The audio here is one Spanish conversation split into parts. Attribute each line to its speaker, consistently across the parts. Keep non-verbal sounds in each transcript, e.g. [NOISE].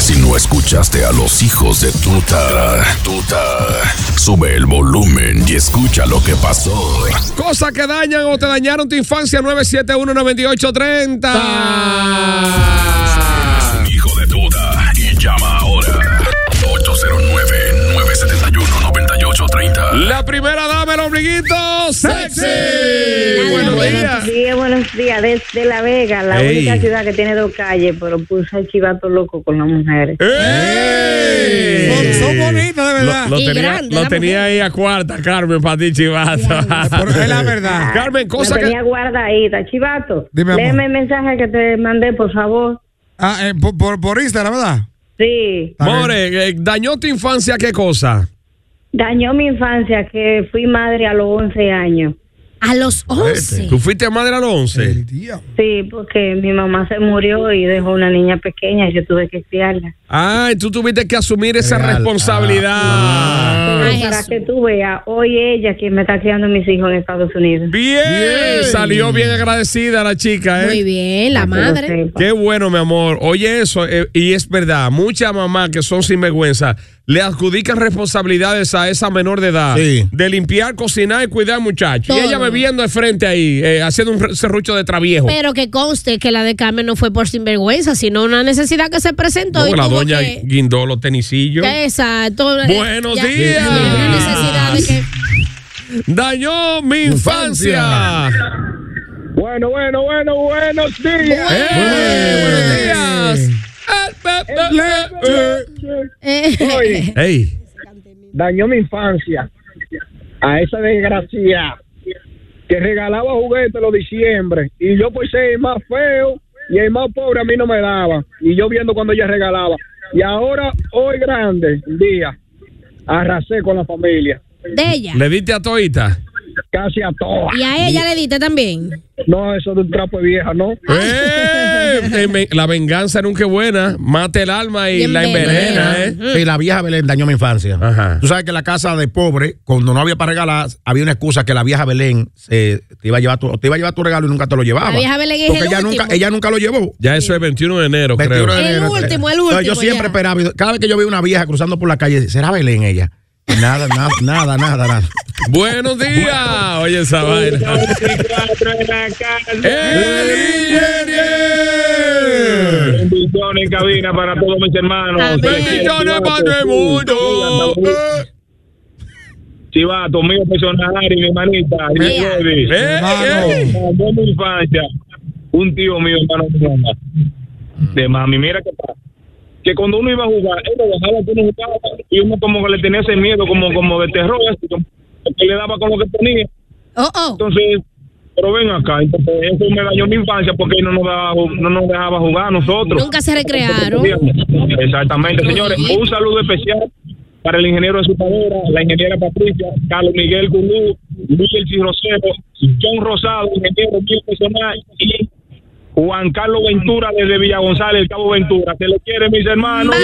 Speaker 1: Si no escuchaste a los hijos de tuta, tuta, sube el volumen y escucha lo que pasó.
Speaker 2: Cosas que dañan o te dañaron tu infancia
Speaker 3: Ah.
Speaker 2: 9719830.
Speaker 1: Un hijo de tuta y llama ahora. 809-971-9830.
Speaker 2: La primera dama, el ombliguito sexy. Eh, Buenos
Speaker 4: Buenos
Speaker 2: días.
Speaker 4: días, buenos días. Desde La Vega, la
Speaker 2: Ey.
Speaker 4: única ciudad que tiene dos calles, pero puso el chivato loco con las mujeres.
Speaker 2: Eh, ¡Ey!
Speaker 5: Son, son bonitas, de verdad.
Speaker 2: Lo, lo
Speaker 6: Y
Speaker 2: tenía,
Speaker 6: grande,
Speaker 2: lo
Speaker 6: la
Speaker 2: tenía ahí a cuarta, Carmen, para ti, chivazo.
Speaker 5: Por- es la verdad.
Speaker 2: Carmen,
Speaker 4: La
Speaker 2: cosa
Speaker 4: tenía
Speaker 2: que.
Speaker 4: guardadita. Chivato,
Speaker 5: Dime, amor.
Speaker 4: léeme el mensaje que te mandé, por favor.
Speaker 5: Ah, eh, por, por, por Instagram, ¿verdad?
Speaker 4: Sí,
Speaker 2: More, eh, dañó tu infancia, ¿qué cosa?
Speaker 4: dañó mi infancia, que fui madre a los 11 años.
Speaker 6: A los 11.
Speaker 2: ¿Tú fuiste madre a los 11?
Speaker 5: El diablo.
Speaker 4: Sí, porque mi mamá se murió y dejó una niña pequeña y yo tuve que criarla.
Speaker 2: Ay, tú tuviste que asumir esa
Speaker 5: Real. Ah,
Speaker 2: responsabilidad. Ah.
Speaker 4: Pero
Speaker 6: Ay,
Speaker 4: para
Speaker 6: Jesús.
Speaker 4: que tú veas, hoy ella quien me está criando mis hijos en Estados Unidos.
Speaker 2: Bien. Salió bien agradecida la chica, ¿eh?
Speaker 6: Muy bien, la
Speaker 4: Pero
Speaker 6: madre.
Speaker 4: sepa.
Speaker 2: Qué bueno, mi amor. Oye, eso, eh, y es verdad, muchas mamás que son sinvergüenza le adjudican responsabilidades a esa menor de edad
Speaker 5: Sí.
Speaker 2: de limpiar, cocinar y cuidar muchachos. Y
Speaker 6: Todo.
Speaker 2: ella bebiendo de frente ahí, eh, haciendo un re- serrucho de traviejo.
Speaker 6: Pero que conste que la de Carmen no fue por sinvergüenza, sino una necesidad que se presentó.
Speaker 2: No,
Speaker 6: y
Speaker 2: la
Speaker 6: tuvo
Speaker 2: doña
Speaker 6: que-
Speaker 2: guindó los tenisillos.
Speaker 6: Exacto.
Speaker 2: Buenos
Speaker 6: Ya-
Speaker 2: días.
Speaker 6: Una necesidad de que.
Speaker 2: Dañó mi infancia.
Speaker 7: Bueno, bueno, bueno, buenos días.
Speaker 2: ¡Eh! Buenos días. Eh, eh, eh, eh.
Speaker 6: Eh,
Speaker 7: Hoy
Speaker 2: Ey,
Speaker 7: dañó mi infancia a esa desgracia que regalaba juguetes los diciembre y yo pues el más feo y el más pobre a mí no me daba y yo viendo cuando ella regalaba y ahora hoy grande día arrasé con la familia
Speaker 6: de ella.
Speaker 2: le diste a Toita.
Speaker 7: casi a todas
Speaker 6: Y a ella le diste también.
Speaker 7: no eso de un trapo de vieja no
Speaker 2: Eh, eh, me- la venganza nunca es buena. Mata el alma y
Speaker 6: Bien
Speaker 2: la envenena,
Speaker 6: venena.
Speaker 2: ¿eh?
Speaker 3: Sí, la vieja Belén dañó mi infancia.
Speaker 2: Ajá.
Speaker 3: Tú sabes que en la casa de pobre, cuando no había para regalar, había una excusa que la vieja Belén eh, te, iba a llevar tu, te iba a llevar tu regalo y nunca te lo llevaba.
Speaker 6: La vieja Belén es
Speaker 3: Porque
Speaker 6: el
Speaker 3: ella
Speaker 6: último.
Speaker 3: nunca, ella nunca lo llevó.
Speaker 2: Ya eso es 21 de enero,
Speaker 3: 21
Speaker 2: creo.
Speaker 5: Eh.
Speaker 3: de
Speaker 6: El
Speaker 3: enero, creo.
Speaker 6: último, el
Speaker 3: Entonces,
Speaker 6: último,
Speaker 3: Yo siempre
Speaker 6: ya.
Speaker 3: esperaba. y Cada vez que yo veo una vieja cruzando por la calle, ¿será Belén ella? Y Nada, nada, nada,
Speaker 5: Ah,
Speaker 3: nada, nada.
Speaker 2: Buenos días. Oye, esa vaina. Eh. ¡El ingeniero!
Speaker 7: Bendiciones en cabina para todos mis hermanos.
Speaker 6: Amén.
Speaker 2: Bendiciones para todo el mundo. Eh,
Speaker 7: Chivato, mío personal y mi hermanita. y mi
Speaker 6: Mira.
Speaker 7: Jordi.
Speaker 2: eh, eh.
Speaker 7: Cuando en mi infancia, un tío mío, hermano de mi mamá, de mami, mira qué pasa. Que cuando uno iba a jugar, él lo dejaba que uno jugaba y uno como que le tenía ese miedo, como, como de terror, así, como que le daba con lo que tenía.
Speaker 6: Oh, oh.
Speaker 7: Entonces, pero ven acá, entonces eso me dañó mi infancia porque él no nos, daba- no nos dejaba jugar a nosotros.
Speaker 6: Nunca se recrearon.
Speaker 7: Exactamente, señores. Un saludo especial para el ingeniero de su carrera, la ingeniera Patricia, Carlos Miguel Gulú, Miguel Cirrocero, John Rosado, ingeniero Miguel Personal y
Speaker 8: Juan Carlos Ventura desde Villa González, el Cabo Ventura. Se le quiere, mis hermanos.
Speaker 6: Tú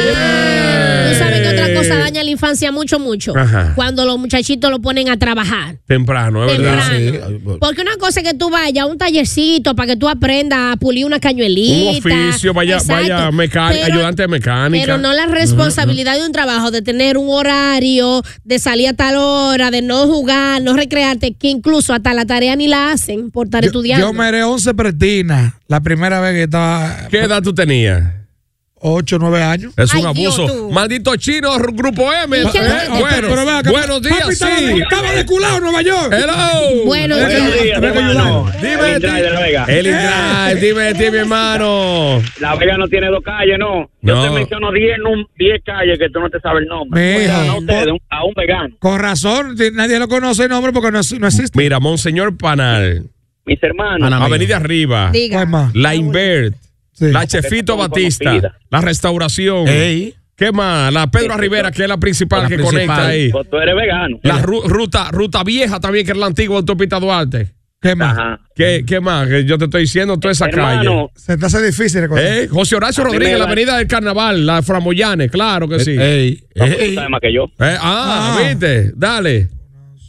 Speaker 6: sabes que otra cosa daña la infancia mucho, mucho.
Speaker 2: Ajá.
Speaker 6: Cuando los muchachitos lo ponen a trabajar.
Speaker 2: Temprano, es verdad. Sí.
Speaker 6: Porque una cosa es que tú vayas a un tallercito para que tú aprendas a pulir una cañuelita.
Speaker 2: Un oficio, vaya,
Speaker 6: Exacto.
Speaker 2: vaya meca-
Speaker 6: Pero-
Speaker 2: ayudante de mecánica.
Speaker 6: Pero no la responsabilidad de un trabajo, de tener un horario, de salir a tal hora, de no jugar, no recrearte, que incluso hasta la tarea ni la hacen por estar estudiando.
Speaker 5: Yo me haré 11 pretinas la primera vez que estaba
Speaker 2: ¿Qué edad tú tenías?
Speaker 5: 8, 9 años.
Speaker 2: Es un abuso. Maldito chino, Ru- Grupo M.
Speaker 5: ¿Y qué
Speaker 2: Eh,
Speaker 5: es lo que te
Speaker 2: bueno,
Speaker 5: pasa? Pero ve acá,
Speaker 2: buenos días,
Speaker 5: papi, estaba
Speaker 2: sí.
Speaker 5: de- estaba de culado en Nueva York.
Speaker 2: Hello.
Speaker 5: Buenos
Speaker 2: Eh,
Speaker 5: días.
Speaker 2: tengo que
Speaker 8: hermano.
Speaker 2: ayudar.
Speaker 8: El
Speaker 2: Dime de
Speaker 8: Indrive de La Vega.
Speaker 2: ti. El Indrive, dime de ti, mi hermano.
Speaker 8: La Vega no tiene dos calles, no. Yo
Speaker 2: No.
Speaker 8: te menciono 10 num- 10 calles que tú no te sabes el nombre.
Speaker 5: Mija.
Speaker 8: Bueno, no ustedes, un- a un vegano.
Speaker 5: Con razón, nadie lo conoce el nombre porque no, no existe.
Speaker 2: Mira, Monseñor Panal.
Speaker 8: Mis hermanos.
Speaker 2: Avenida Arriba.
Speaker 6: Diga.
Speaker 2: La Invert. La Chefito Batista. La Restauración. ¿Qué más? La Pedro Rivera, que es la principal
Speaker 8: La
Speaker 2: que
Speaker 8: principal.
Speaker 2: conecta ahí.
Speaker 8: Pues tú eres vegano.
Speaker 2: La ru- ruta, ruta vieja también, que es la antigua autopista Duarte.
Speaker 5: ¿Qué más?
Speaker 2: ¿Qué, qué más? Que yo te estoy diciendo toda esa
Speaker 5: Hermano.
Speaker 2: calle.
Speaker 5: Se te hace difícil recordar.
Speaker 2: Eh, José Horacio
Speaker 5: A mí me
Speaker 2: Rodríguez, la
Speaker 5: va-
Speaker 2: avenida del Carnaval, la Framoyane, claro que sí.
Speaker 8: Tú sabes más que yo.
Speaker 2: Eh, ah, viste, dale.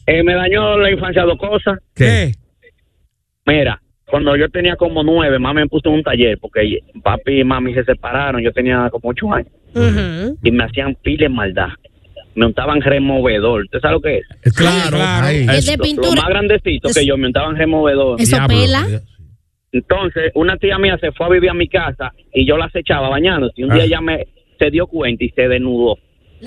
Speaker 8: Eh, me dañó la infancia dos cosas.
Speaker 2: ¿Qué?
Speaker 8: Mira, cuando yo tenía como nueve, mami me puso en un taller porque papi y mami se separaron. Yo tenía como ocho años y me hacían pile maldad. Me untaban removedor. ¿Usted sabe lo que es?
Speaker 2: Claro, Eh,
Speaker 6: Es de
Speaker 8: Lo
Speaker 6: pintura.
Speaker 8: más grandecito
Speaker 6: Es-
Speaker 8: que yo me untaban removedor.
Speaker 6: Eso pela.
Speaker 8: Entonces, una tía mía se fue a vivir a mi casa y yo la acechaba bañándose. Y un día
Speaker 2: Ah.
Speaker 8: ella me se dio cuenta y se desnudó.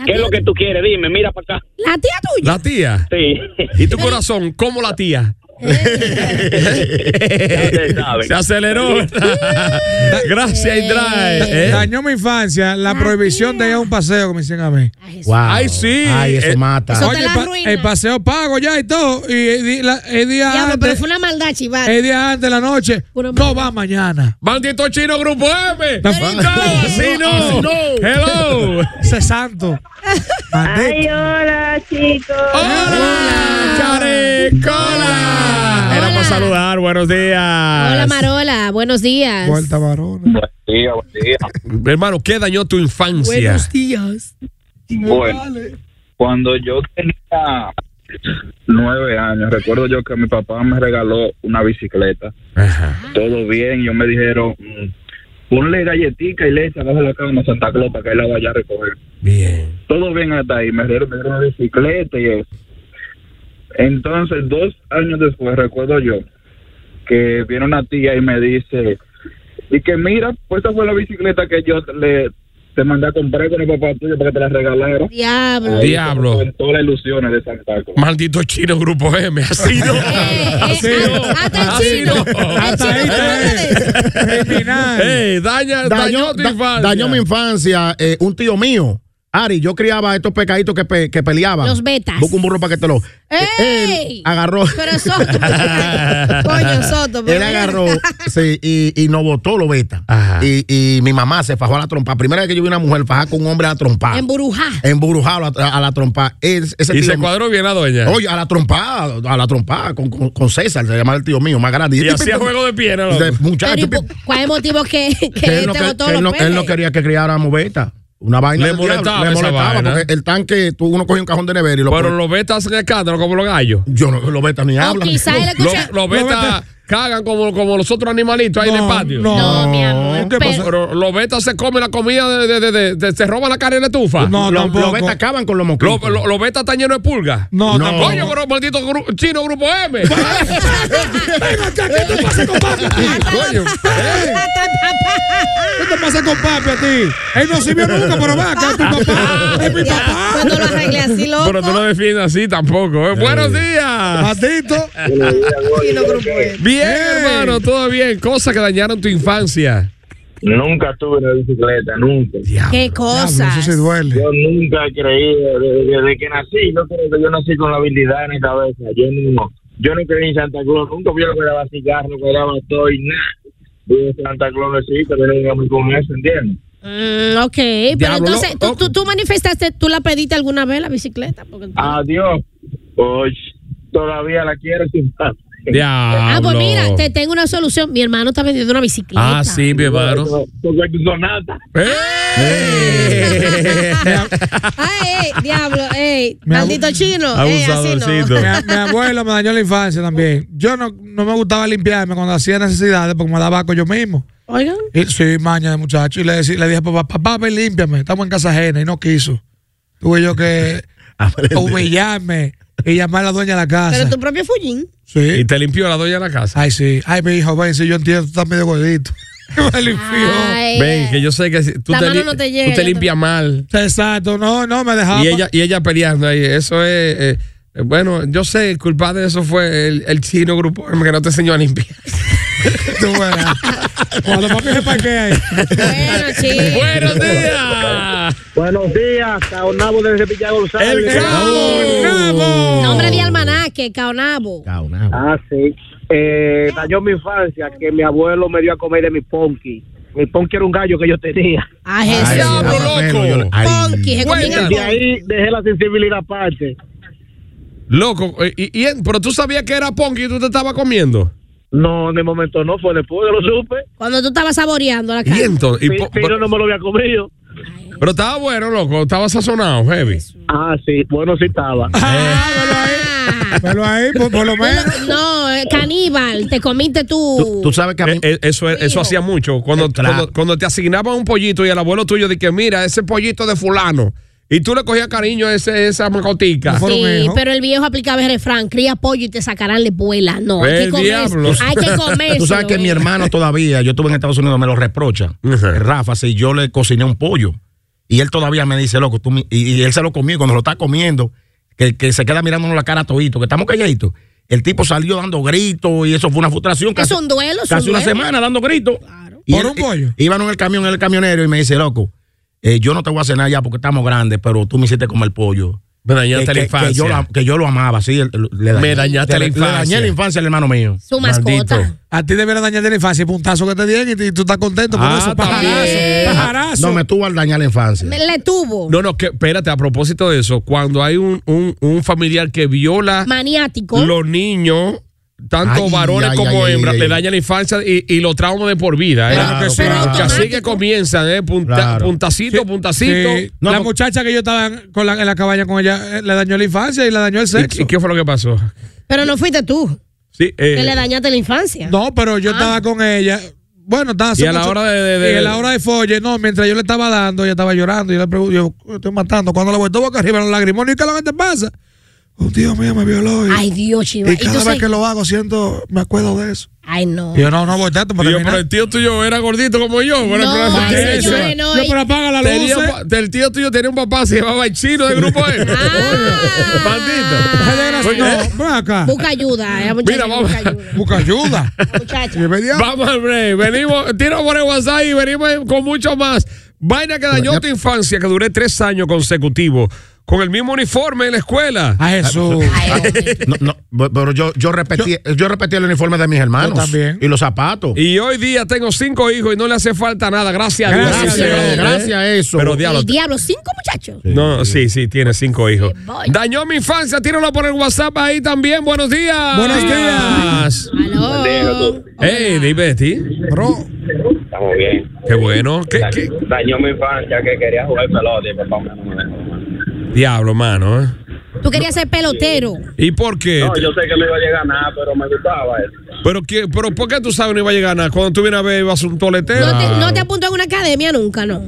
Speaker 3: Ah,
Speaker 8: ¿Qué es lo que tú quieres? Dime, mira pues. para acá.
Speaker 6: La tía tuya.
Speaker 2: La tía.
Speaker 8: Sí. [LAUGHS]
Speaker 2: ¿Y tu corazón? ¿Cómo la tía? Se aceleró. ¿verdad? Gracias, Eh, Indrae.
Speaker 5: Da- Dañó mi infancia la prohibición de ir a un paseo que me hicieron a mí.
Speaker 2: Ay, sí.
Speaker 3: Ay, eso
Speaker 2: Eh,
Speaker 3: mata.
Speaker 5: Oye, el, pa- el paseo pago ya y todo. Y el, di- la- el día
Speaker 6: Diablo,
Speaker 5: antes,
Speaker 6: pero fue una maldad, chivar.
Speaker 5: el día antes de la noche, no va mañana.
Speaker 2: Maldito chino Grupo M.
Speaker 5: Está fu-
Speaker 2: No, así no.
Speaker 5: No.
Speaker 2: Hello.
Speaker 5: Ese santo.
Speaker 9: Ay, hola, chicos.
Speaker 2: Charicola. Era para saludar. Buenos días.
Speaker 6: Hola, Marola. Buenos días.
Speaker 8: Buen día, buen día.
Speaker 2: [LAUGHS] Hermano, ¿qué dañó tu infancia?
Speaker 6: Buenos días.
Speaker 7: Bueno, cuando yo tenía nueve años, recuerdo yo que mi papá me regaló una bicicleta.
Speaker 3: Ah.
Speaker 7: Todo bien, yo me dijeron, "Mm, ponle galletica y leche abajo de la cama a Santa Claus para que él la vaya a recoger.
Speaker 2: Bien.
Speaker 7: Todo bien hasta ahí, me dieron, me dieron una bicicleta y eso. Entonces, dos años después, recuerdo yo, que viene una tía y me dice, y que mira, pues esa fue la bicicleta que yo le, te mandé a comprar con el papá tuyo para que te la regalara.
Speaker 6: Diablo.
Speaker 7: Ahí
Speaker 2: Diablo.
Speaker 7: se me fue todas las ilusiones de Santa Claus.
Speaker 2: Maldito chino Grupo M. Así
Speaker 6: Eh,
Speaker 2: no.
Speaker 5: [LAUGHS]
Speaker 2: Así no. Así no.
Speaker 3: Hasta ahí
Speaker 2: Ey, Eh, daña, dañó, tu
Speaker 3: da-
Speaker 2: infancia.
Speaker 3: dañó mi infancia. eh, un tío mío, Ari, yo criaba estos pecaditos que, pe- que peleaban.
Speaker 6: Los betas.
Speaker 3: Busca un burro para que te lo.
Speaker 6: ¡Ey!
Speaker 3: Agarró.
Speaker 5: [LAUGHS]
Speaker 6: Pero Soto. Coño, Soto. pero
Speaker 3: Él
Speaker 6: mira. [LAUGHS]
Speaker 3: agarró sí, y, y nos botó los betas. Y, y mi mamá se fajó a la trompa. Primera vez que yo vi una mujer fajar con un hombre a la trompa.
Speaker 6: Emburujá.
Speaker 3: Emburujado a, la- a la trompa. Es- ese
Speaker 2: Y
Speaker 3: tío
Speaker 2: se
Speaker 3: mío-
Speaker 2: cuadró bien la doña.
Speaker 3: Oye, a la trompada, a la trompada, con, con, con César, se llama el tío mío, más grande.
Speaker 2: Y hacía juego de piedra, loco.
Speaker 3: este [LAUGHS] De-
Speaker 6: Pero, ¿y
Speaker 3: Muchacho,
Speaker 6: por- ¿Cuál es el motivo que, que,
Speaker 3: que él,
Speaker 6: él
Speaker 3: no,
Speaker 6: te
Speaker 3: que-
Speaker 6: botó
Speaker 3: que él
Speaker 6: los
Speaker 3: no- él no
Speaker 6: pelos?
Speaker 3: quería que criáramos beta. Una vaina
Speaker 2: Le
Speaker 3: del diablo.
Speaker 2: molestaba
Speaker 3: le
Speaker 2: esa
Speaker 3: molestaba
Speaker 2: vaina.
Speaker 3: porque el tanque, tú uno cogía un cajón de nevera y lo
Speaker 2: Pero
Speaker 3: pon-
Speaker 2: los betas hacen escándalo como los gallos.
Speaker 3: Yo no, los betas ni
Speaker 6: O
Speaker 3: hablan.
Speaker 6: quizá él
Speaker 2: Los,
Speaker 6: escucha-
Speaker 2: los betas cagan como, como los otros animalitos ahí en el patio.
Speaker 6: No, mi amor.
Speaker 2: ¿Qué
Speaker 6: pero-
Speaker 2: pasa? Pero los betas se comen la comida de, de, de, de- de- se roban la carne de la estufa.
Speaker 3: No,
Speaker 2: Los-
Speaker 3: los, los betas acaban con los
Speaker 2: Los,
Speaker 3: mosquitos.
Speaker 2: los- los betas están llenos de pulga.
Speaker 3: No, no.
Speaker 2: Oye, pero maldito gru- chino grupo
Speaker 5: [LAUGHS]
Speaker 2: M.
Speaker 5: ¿Qué te pasa con papi?
Speaker 6: [LAUGHS]
Speaker 2: Coño.
Speaker 5: ¿Qué te pasa con papi a ti? Él no sirvió nunca, pero va, acá es tu
Speaker 6: [LAUGHS]
Speaker 5: papá. Es mi papá.
Speaker 6: Cuando lo arregle así, loco.
Speaker 2: Pero tú no defiendes así tampoco. ¿eh? Buenos días.
Speaker 5: Patito.
Speaker 2: Bien,
Speaker 5: Hey.
Speaker 2: hermano, todo bien. Cosas que dañaron tu infancia.
Speaker 7: Nunca tuve una bicicleta, nunca.
Speaker 6: Qué cosa.
Speaker 7: Yo nunca creí, desde, desde que nací, yo creo que yo nací con la habilidad en mi cabeza. Yo no, yo no creí en Santa Claus, nunca vi lo que daba cigarro, lo que daba todo y nada. Dije Santa Claus no existe, pero yo no con eso, ¿entiendes?
Speaker 6: Mm, ok, pero
Speaker 7: Diablo,
Speaker 6: entonces
Speaker 7: loco.
Speaker 6: ¿tú,
Speaker 2: oh.
Speaker 6: tú, tú manifestaste, tú la pediste
Speaker 2: Ah,
Speaker 6: alguna vez la bicicleta. Porque-
Speaker 7: Adiós. Oye, todavía la Pues, quiero sin paz.
Speaker 6: Ah,
Speaker 2: Diablo.
Speaker 6: pues mira, te tengo una solución. Mi hermano está vendiendo una bicicleta.
Speaker 2: Ah,
Speaker 6: [LAUGHS]
Speaker 2: sí, mi hermano. ¡Eh!
Speaker 5: [LAUGHS]
Speaker 6: Eh, Ay, ey, diablo, ey,
Speaker 5: Mi abu-
Speaker 6: maldito chino. Ey, así no.
Speaker 5: Mi, mi abuelo me dañó la infancia también. Yo no, no me gustaba limpiarme cuando hacía necesidades porque me daba asco yo mismo.
Speaker 6: Oigan.
Speaker 5: Y, sí, maña de muchacho. Y le, decí- le dije, papá, papá, ven, límpiame. Estamos en casa ajena y no quiso. Tuve
Speaker 2: [LAUGHS]
Speaker 5: yo que humillarme y llamar a la dueña de la
Speaker 6: Pero
Speaker 5: casa.
Speaker 6: tu propio fullín.
Speaker 5: Sí.
Speaker 2: Y te limpió la doña de la casa.
Speaker 5: Ay, sí. Ay, mi hijo, ven, sí, yo entiendo, tú estás medio gordito. me limpió.
Speaker 6: Ay, eh,
Speaker 2: Ven, que yo sé que si- tú
Speaker 6: La
Speaker 2: te,
Speaker 6: mano
Speaker 2: li-
Speaker 6: no te llega,
Speaker 2: tú te
Speaker 6: ya
Speaker 2: limpias mal.
Speaker 5: Exacto, no, no, me dejaba.
Speaker 2: Y ella, y ella peleando ahí. Eso es. eh, eh, bueno, yo sé, el culpable de eso fue el, el chino grupo M que no te enseñó a limpiar.
Speaker 5: [LAUGHS] Tú verás.
Speaker 2: [LAUGHS]
Speaker 5: Cuando papi se parquea ahí.
Speaker 6: Bueno, chino.
Speaker 2: [LAUGHS] ¡Buenos días!
Speaker 7: Buenos días, Caonabo de Cepilla González.
Speaker 2: ¡El
Speaker 5: Cabo!
Speaker 6: Nombre de almanaque, Caonabo.
Speaker 7: Ah, sí. Eh, dañó mi infancia, que mi abuelo me dio a comer de mi ponqui. Mi ponqui era un gallo que yo tenía.
Speaker 6: Ah, Jesús.
Speaker 2: ¡Diablo,
Speaker 3: yo-
Speaker 2: loco!
Speaker 3: ay.
Speaker 6: Ponky, se comían el
Speaker 7: Desde
Speaker 6: ponky.
Speaker 7: ahí dejé la sensibilidad aparte.
Speaker 2: Loco, eh, y, y- pero tú sabías que era Ponky y tú te estabas comiendo.
Speaker 7: No, en el momento no, fue después, yo lo supe.
Speaker 6: Cuando tú estabas saboreando la
Speaker 2: Y
Speaker 6: carne.
Speaker 2: entonces. y
Speaker 7: Pi-
Speaker 2: po-
Speaker 7: Pino no me lo había comido.
Speaker 2: pero estaba bueno, loco. Estaba sazonado, heavy.
Speaker 7: Ah, sí, bueno, sí
Speaker 5: [LAUGHS]
Speaker 7: estaba.
Speaker 5: Eh.
Speaker 6: Ah.
Speaker 5: Velo ahí, por, por lo menos.
Speaker 6: No, eh, caníbal, te comiste tú.
Speaker 3: Tú sabes que a mí,
Speaker 2: Eh, eh, Eso, es- eso hacía mucho. Cuando,
Speaker 3: Eh, claro.
Speaker 2: cuando, cuando te asignaban un pollito y el abuelo tuyo de que mira, ese pollito de fulano. Y tú le cogías cariño a ese, esa macotica.
Speaker 5: Por un
Speaker 6: Sí,
Speaker 5: hijo.
Speaker 6: pero el viejo aplicaba el refrán, cría pollo y te sacarán la espuela. No, hay
Speaker 2: El
Speaker 6: que comer.
Speaker 2: diablo.
Speaker 6: Hay que comer. eh,
Speaker 3: Tú sabes que mi hermano todavía, yo estuve en Estados Unidos, me lo reprocha.
Speaker 2: Ujú.
Speaker 3: Rafa, si yo le cociné un pollo. Y él todavía me dice, loco, tú mi- y, y él se lo comió y cuando lo está comiendo, que, que se queda mirándonos la cara todito, que estamos calladitos. El tipo salió dando gritos y eso fue una frustración.
Speaker 6: Es un duelo, es
Speaker 3: Casi
Speaker 6: un
Speaker 3: una
Speaker 6: duelo.
Speaker 3: semana dando gritos. Y
Speaker 5: Por
Speaker 3: él-
Speaker 5: un pollo.
Speaker 3: i- Iban en el camión, el camionero, y me dice, loco, eh, yo no te voy a cenar ya porque estamos grandes, pero tú me hiciste comer pollo.
Speaker 2: Me dañaste
Speaker 3: Eh, que,
Speaker 2: la
Speaker 3: que-
Speaker 2: infancia.
Speaker 3: que yo lo, que yo lo amaba, sí. el- el- le
Speaker 2: Me dañaste
Speaker 3: le-
Speaker 2: la
Speaker 3: Le
Speaker 2: infancia.
Speaker 3: dañé la infancia al hermano mío.
Speaker 6: Su mascota.
Speaker 3: Maldito.
Speaker 5: A ti debieron dañarte la infancia, el puntazo que te dieron y, t- y tú estás contento por
Speaker 2: Ah,
Speaker 5: eso.
Speaker 2: también.
Speaker 5: Pajarazo, pajarazo.
Speaker 3: No, me tuvo al dañar la infancia.
Speaker 6: Me- Le tuvo.
Speaker 2: No, no, que, espérate, a propósito de eso, cuando hay un, un, un familiar que viola
Speaker 6: Maniático.
Speaker 2: los niños, tanto
Speaker 3: Ay,
Speaker 2: varones
Speaker 3: ay,
Speaker 2: como
Speaker 3: ay,
Speaker 2: hembras,
Speaker 3: ay,
Speaker 2: le
Speaker 3: ay.
Speaker 2: daña la infancia y, y los traumas de por vida. ¿eh?
Speaker 5: Claro que
Speaker 2: Porque
Speaker 5: sí. Pero
Speaker 2: así que
Speaker 6: automático.
Speaker 2: comienzan, ¿eh? Punta-
Speaker 3: Claro.
Speaker 2: puntacito, puntacito.
Speaker 5: Sí,
Speaker 3: No,
Speaker 5: la
Speaker 3: no.
Speaker 5: muchacha que yo estaba en- con la- en la cabaña con ella eh, le dañó la infancia y le dañó el
Speaker 2: ¿Y,
Speaker 5: sexo.
Speaker 2: y qué fue lo que pasó?
Speaker 6: Pero no fuiste tú.
Speaker 2: Sí, eh,
Speaker 6: Que le dañaste la infancia.
Speaker 5: No, pero
Speaker 6: Ah.
Speaker 5: yo estaba con ella. Bueno, estaba hace
Speaker 2: Y a la hora de- de- de-
Speaker 5: y a la hora de folle, no, mientras yo le estaba dando, ella estaba llorando. Y yo le pregunto, yo "Coño, estoy matando. Cuando la vuelto boca arriba, los lagrimones, ¿y qué es lo que te pasa? Un tío mío me violó. Y,
Speaker 6: Ay, Dios,
Speaker 5: y
Speaker 6: chiva. Y, tú
Speaker 5: cada vez
Speaker 6: sabes-
Speaker 5: que lo hago, siento, me acuerdo de eso.
Speaker 6: Ay, no.
Speaker 5: Y yo, no, no, volteate para
Speaker 2: Y yo,
Speaker 5: terminar.
Speaker 2: pero el tío tuyo era gordito como yo. pero el
Speaker 6: No,
Speaker 2: problema
Speaker 6: ay,
Speaker 2: es ese.
Speaker 6: señores, no,
Speaker 5: No,
Speaker 6: y-
Speaker 5: pero apaga la luz. eh.
Speaker 2: Tenía un pa- el tío tuyo tenía un papá, se llamaba el chino del grupo
Speaker 5: [LAUGHS]
Speaker 2: M. [LAUGHS]
Speaker 6: Ah.
Speaker 2: Maldito. Oye, eh,
Speaker 5: No, ven acá.
Speaker 6: Busca ayuda. eh, muchacha,
Speaker 2: Mira, vamos.
Speaker 6: busca ayuda.
Speaker 5: [LAUGHS] Busca ayuda.
Speaker 6: Muchacha.
Speaker 5: Y venía-
Speaker 2: Vamos al break. Venimos, tira por el WhatsApp y venimos con mucho más. Vaina que dañó tu infancia, que duré tres años consecutivos con el mismo uniforme en la escuela.
Speaker 5: A Jesús.
Speaker 2: [LAUGHS]
Speaker 6: Ay, hombre.
Speaker 3: No, no, bo- pero yo, yo repetí, yo, repetí el uniforme de mis hermanos.
Speaker 5: Yo también.
Speaker 3: Y los zapatos.
Speaker 2: Y hoy día tengo cinco hijos y no le hace falta nada. Gracias a Dios.
Speaker 3: gracias,
Speaker 6: Gracias,
Speaker 3: gracias,
Speaker 6: eh.
Speaker 3: a eso.
Speaker 2: Pero [LAUGHS] diablo.
Speaker 6: El diablo, cinco muchachos.
Speaker 2: No, sí, sí, tiene cinco hijos.
Speaker 6: voy.
Speaker 2: Dañó mi infancia, tíralo por el WhatsApp ahí también. Buenos días.
Speaker 5: Buenos días.
Speaker 6: Aló.
Speaker 2: Hey, dime de ti.
Speaker 5: Bro,
Speaker 8: Estamos bien.
Speaker 2: Qué bueno. ¿Qué, qué?
Speaker 8: Dañó mi infancia que quería jugar pelota y papá me no me dejó, mano.
Speaker 2: Diablo, mano. ¿eh?
Speaker 6: Tú querías ser pelotero.
Speaker 2: ¿Y por qué?
Speaker 5: Este-
Speaker 8: No, yo sé que no iba a llegar a nada, pero me gustaba eso.
Speaker 2: ¿Pero, qué, ¿Pero por qué tú sabes no iba a llegar a nada? Cuando tú vienes a ver, ibas a un toletero.
Speaker 6: No te, no te apuntó en una academia nunca, no.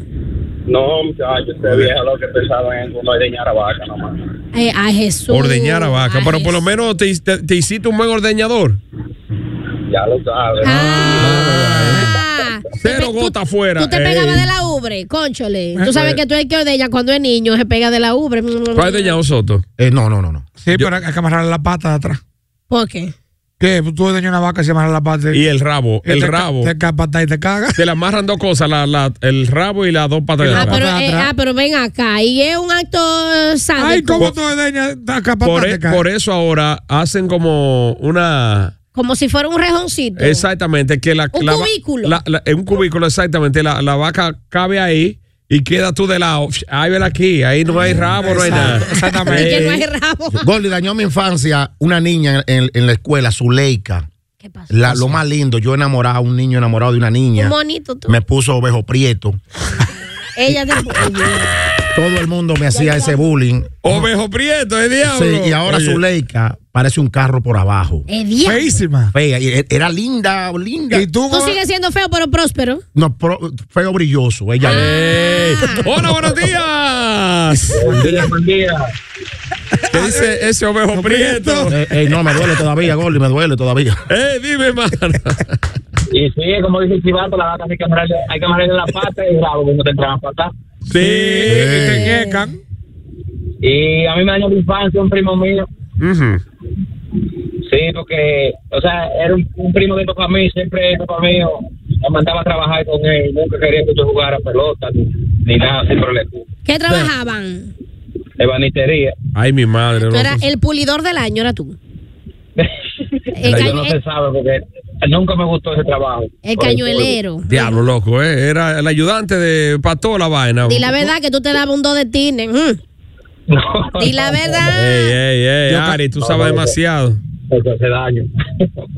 Speaker 8: No, muchachos, usted vieja lo que pensaban en uno es deñar a vaca nomás.
Speaker 6: Eh, a Jesús.
Speaker 2: Ordeñar a vaca.
Speaker 6: Ay,
Speaker 2: Pero por lo
Speaker 6: Jesús.
Speaker 2: menos te, te- te hiciste un buen ordeñador.
Speaker 8: Ya lo sabes.
Speaker 6: Ah.
Speaker 2: Cero
Speaker 6: Tú-
Speaker 2: gota afuera.
Speaker 6: Tú te
Speaker 2: Ey.
Speaker 6: pegabas de la ubre, conchole. Tú sabes
Speaker 2: Eh,
Speaker 6: que tú el que ordeña cuando es niño se pega de la ubre.
Speaker 2: ¿Cuál es deñado Soto?
Speaker 3: Eh, no, no, no, no.
Speaker 5: sí, pero hay que amarrarle la pata de atrás.
Speaker 6: ¿Por qué?
Speaker 5: ¿Qué? Tú dañas una vaca y se amarra la pata.
Speaker 2: Y el rabo.
Speaker 5: Y
Speaker 2: El
Speaker 5: te ca-
Speaker 2: rabo.
Speaker 5: Te capata y te caga.
Speaker 2: Te le amarran dos cosas, la, la- el rabo y las dos patas de
Speaker 5: Ah,
Speaker 6: Ah,
Speaker 2: atrás.
Speaker 6: pero,
Speaker 5: atrás,
Speaker 6: eh,
Speaker 5: atrás.
Speaker 6: ah, pero ven acá. Y es un acto sádico.
Speaker 5: Ay,
Speaker 2: Por-
Speaker 5: ¿cómo tú dañas la capata
Speaker 2: Por,
Speaker 5: y
Speaker 2: e-
Speaker 5: te caga?
Speaker 2: por eso ahora hacen como una...
Speaker 6: Como si fuera un rejoncito.
Speaker 2: Exactamente, que la,
Speaker 6: Un
Speaker 2: la-
Speaker 6: cubículo.
Speaker 2: la- la- en un cubículo, exactamente. La, la vaca cabe ahí y queda tú de lado. Ahí ven aquí, ahí no hay rabo, no hay nada.
Speaker 3: Exactamente.
Speaker 2: Eh,
Speaker 6: rabo. [LAUGHS]
Speaker 3: Gordy dañó mi infancia una niña en, en la escuela, Zuleika. ¿Qué pasó? lo más lindo, yo enamorado, un niño enamorado de una niña.
Speaker 6: Un monito tú.
Speaker 3: Me puso ovejo prieto.
Speaker 6: Ella
Speaker 2: Ah.
Speaker 6: te Oye.
Speaker 3: Todo el mundo me hacía ese bullying.
Speaker 2: Ovejo Prieto, es diablo.
Speaker 3: Sí, y ahora
Speaker 2: Oye.
Speaker 3: Zuleika parece un carro por abajo.
Speaker 6: Es diablo.
Speaker 5: Feísima.
Speaker 3: Fea. y Era linda, linda. ¿Y
Speaker 6: Tú sigues siendo feo, pero próspero.
Speaker 3: No, pro- feo brilloso. Ella.
Speaker 6: Ah.
Speaker 3: Eh,
Speaker 2: Hola, buenos días.
Speaker 3: Buen día, buen día.
Speaker 2: ¿Qué dice ese ovejo prieto?
Speaker 3: Eh, eh, no, me duele todavía, Gordy, me duele todavía.
Speaker 2: Eh, dime, mano.
Speaker 10: Y sí, como dice Chivato, la vaca hay que amarrarle, hay que amarrarle la pata y bravo cuando te entran a patar.
Speaker 2: Sí, te ñecan.
Speaker 10: Y a mí me dañó mi infancia un primo mío. Sí, porque, o sea, era un, un primo de papá mío, y siempre el papá mío me mandaba a trabajar con él. Nunca quería que yo jugara pelota ni, ni nada, siempre le
Speaker 6: ¿Qué trabajaban?
Speaker 10: ebanistería.
Speaker 2: Ay, mi madre.
Speaker 6: Tú
Speaker 2: loco.
Speaker 6: eras el pulidor del año,
Speaker 2: [LAUGHS]
Speaker 6: era tú. El,
Speaker 10: Pero yo
Speaker 6: cañ-
Speaker 10: no
Speaker 6: el-
Speaker 10: se sabe porque nunca me gustó ese trabajo.
Speaker 6: Eh. el
Speaker 10: [LAUGHS]
Speaker 6: cañuelero.
Speaker 2: Diablo, loco, eh. Era el ayudante de para toda la vaina.
Speaker 6: Di la verdad que tú te dabas un dos de tine. mm. Di la verdad.
Speaker 2: Ey, ey, ey,
Speaker 10: Yo-
Speaker 2: Ari, tú
Speaker 10: No,
Speaker 2: sabes
Speaker 10: no, no.
Speaker 2: demasiado.
Speaker 10: Eso hace daño.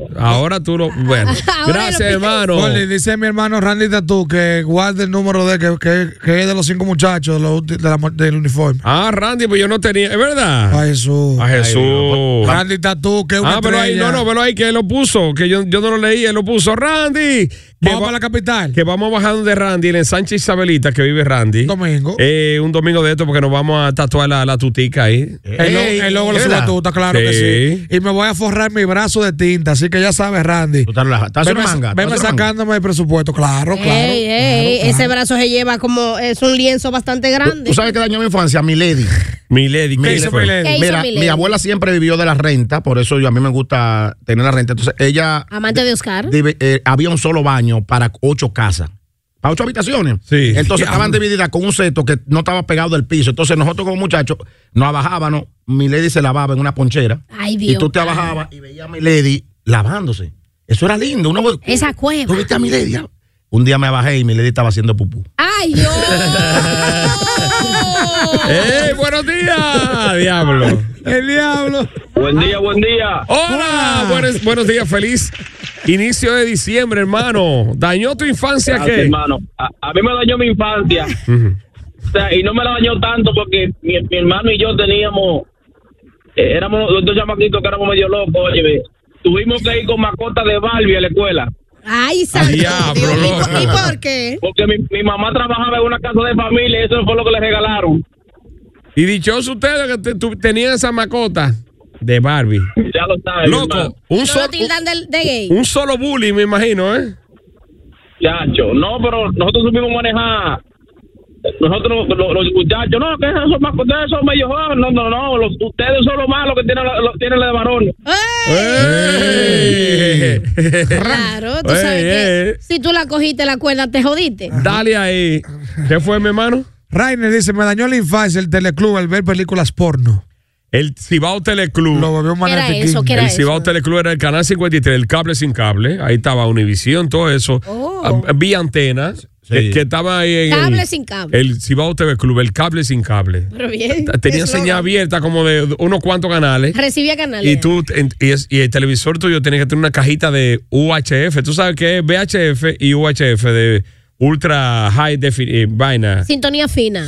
Speaker 2: [LAUGHS] Ahora tú lo. Bueno, gracias, hermano.
Speaker 5: Gordy, dice mi hermano Randy Tatu que guarde el número de que, que, que es de los cinco muchachos de los ulti- de la mu- del uniforme.
Speaker 2: Ah, Randy, pues yo no tenía. ¿Es verdad?
Speaker 5: A Jesús.
Speaker 2: A Jesús.
Speaker 5: Randy Tatu, que es una
Speaker 2: Ah, pero ahí, no,
Speaker 5: estrella.
Speaker 2: no, pero ahí que él lo puso, que yo, yo no lo leí, él lo puso. Randy. Que vamos a la
Speaker 5: capital.
Speaker 2: Que vamos bajando de Randy, en el Sánchez Isabelita, que vive Randy.
Speaker 5: Domingo.
Speaker 2: Eh, un domingo de esto, porque nos vamos a tatuar la, la tutica ahí.
Speaker 5: El, logo- el logo de la
Speaker 2: ¿verdad?
Speaker 5: subatuta, claro que
Speaker 2: Sí.
Speaker 5: sí. Y me voy a forrar mi brazo de tinta, así que ya sabes, Randy.
Speaker 3: Tú estás relajado. Estás
Speaker 5: Veme,
Speaker 3: haciendo manga,
Speaker 5: veme
Speaker 3: estás haciendo
Speaker 5: sacándome el presupuesto, claro, claro.
Speaker 6: Ey, ey, Ese brazo se lleva como. Es un lienzo bastante grande.
Speaker 3: ¿Tú sabes qué dañó mi infancia? Mi lady.
Speaker 2: Mi lady, ¿qué
Speaker 3: Mi
Speaker 2: hizo
Speaker 3: lady.
Speaker 2: mi lady?
Speaker 6: ¿Qué hizo
Speaker 3: Mira,
Speaker 6: mi lady?
Speaker 3: mi abuela siempre vivió de la renta, por eso yo, a mí me gusta tener la renta. Entonces, ella
Speaker 6: Amante de Oscar.
Speaker 3: divi- eh, había un solo baño para ocho casas. Para ocho habitaciones.
Speaker 2: Sí.
Speaker 3: Entonces
Speaker 2: Diablo.
Speaker 3: estaban divididas con un seto que no estaba pegado del piso. Entonces nosotros como muchachos nos abajábamos, mi lady se lavaba en una ponchera
Speaker 6: Ay, Dios.
Speaker 3: y tú te abajabas y veías a mi lady lavándose. Eso era lindo. Uno,
Speaker 6: Esa cueva.
Speaker 3: ¿Tú viste a mi lady? Un día me abajé y mi lady estaba haciendo pupú.
Speaker 5: [LAUGHS]
Speaker 6: Ay, Dios.
Speaker 2: [LAUGHS]
Speaker 5: Eh.
Speaker 2: ¡Ey, ¡Eh, buenos días! ¡Diablo!
Speaker 5: El diablo.
Speaker 7: Buen día, buen día.
Speaker 2: ¡Hola! Buenos, buenos días, feliz inicio de diciembre, hermano. ¿Dañó tu infancia
Speaker 7: Gracias,
Speaker 2: qué?
Speaker 7: hermano. A, a mí me dañó mi infancia. o sea, y no me la dañó tanto porque mi, mi hermano y yo teníamos, eh, éramos los dos chamaquitos que éramos medio locos, oye, tuvimos que ir con mascota de Barbie a la escuela.
Speaker 6: Ay, santo.
Speaker 2: Diablo,
Speaker 6: Dios. ¿Y por-
Speaker 2: loco.
Speaker 6: ¿Y por qué?
Speaker 7: Porque mi, mi mamá trabajaba en una casa de familia y eso fue lo que le regalaron.
Speaker 2: Y dichoso ustedes que te- tu- tenían esa macota de Barbie.
Speaker 7: Ya lo sabes. mi hermano.
Speaker 2: Loco, un,
Speaker 6: No
Speaker 2: sol-
Speaker 6: lo tildan de, de gay.
Speaker 2: un solo bully, me imagino, ¿eh?
Speaker 7: Chacho, no, pero nosotros supimos manejar. Nosotros, lo- los muchachos, no, que esos más ustedes son medio jóvenes. No, no, no, los- ustedes son los malos que tienen, la- lo- tienen la de varones.
Speaker 6: ¡Ey!
Speaker 2: ¡Ey! [LAUGHS]
Speaker 6: Claro, tú
Speaker 2: Ey, ey,
Speaker 6: sabes que
Speaker 2: ey.
Speaker 6: si tú la cogiste la cuerda, te jodiste.
Speaker 2: Dale ahí. ¿Qué fue, mi hermano?
Speaker 5: Rainer dice, me dañó la infancia el teleclub al ver películas porno.
Speaker 2: El Cibao Teleclub.
Speaker 5: Lo volvió un
Speaker 6: ¿Qué era
Speaker 5: manatiquín.
Speaker 6: eso? ¿Qué era
Speaker 2: El
Speaker 6: eso?
Speaker 2: Cibao Teleclub era el canal 53, el cable sin cable. Ahí estaba Univisión, todo eso.
Speaker 6: Oh.
Speaker 2: Ah, Vi antenas que, que estaba ahí en.
Speaker 6: Cable
Speaker 2: el,
Speaker 6: sin cable.
Speaker 2: El Cibao TV Club, el cable sin cable.
Speaker 6: Pero bien.
Speaker 2: Tenía
Speaker 6: Eslogan.
Speaker 2: señal abierta como de unos cuantos canales.
Speaker 6: Recibía canales.
Speaker 2: Y tú en- y, es- y el televisor tuyo tiene que tener una cajita de UHF. Tú sabes que es VHF y UHF de ultra high definition vaina. Sí.
Speaker 6: Sintonía fina.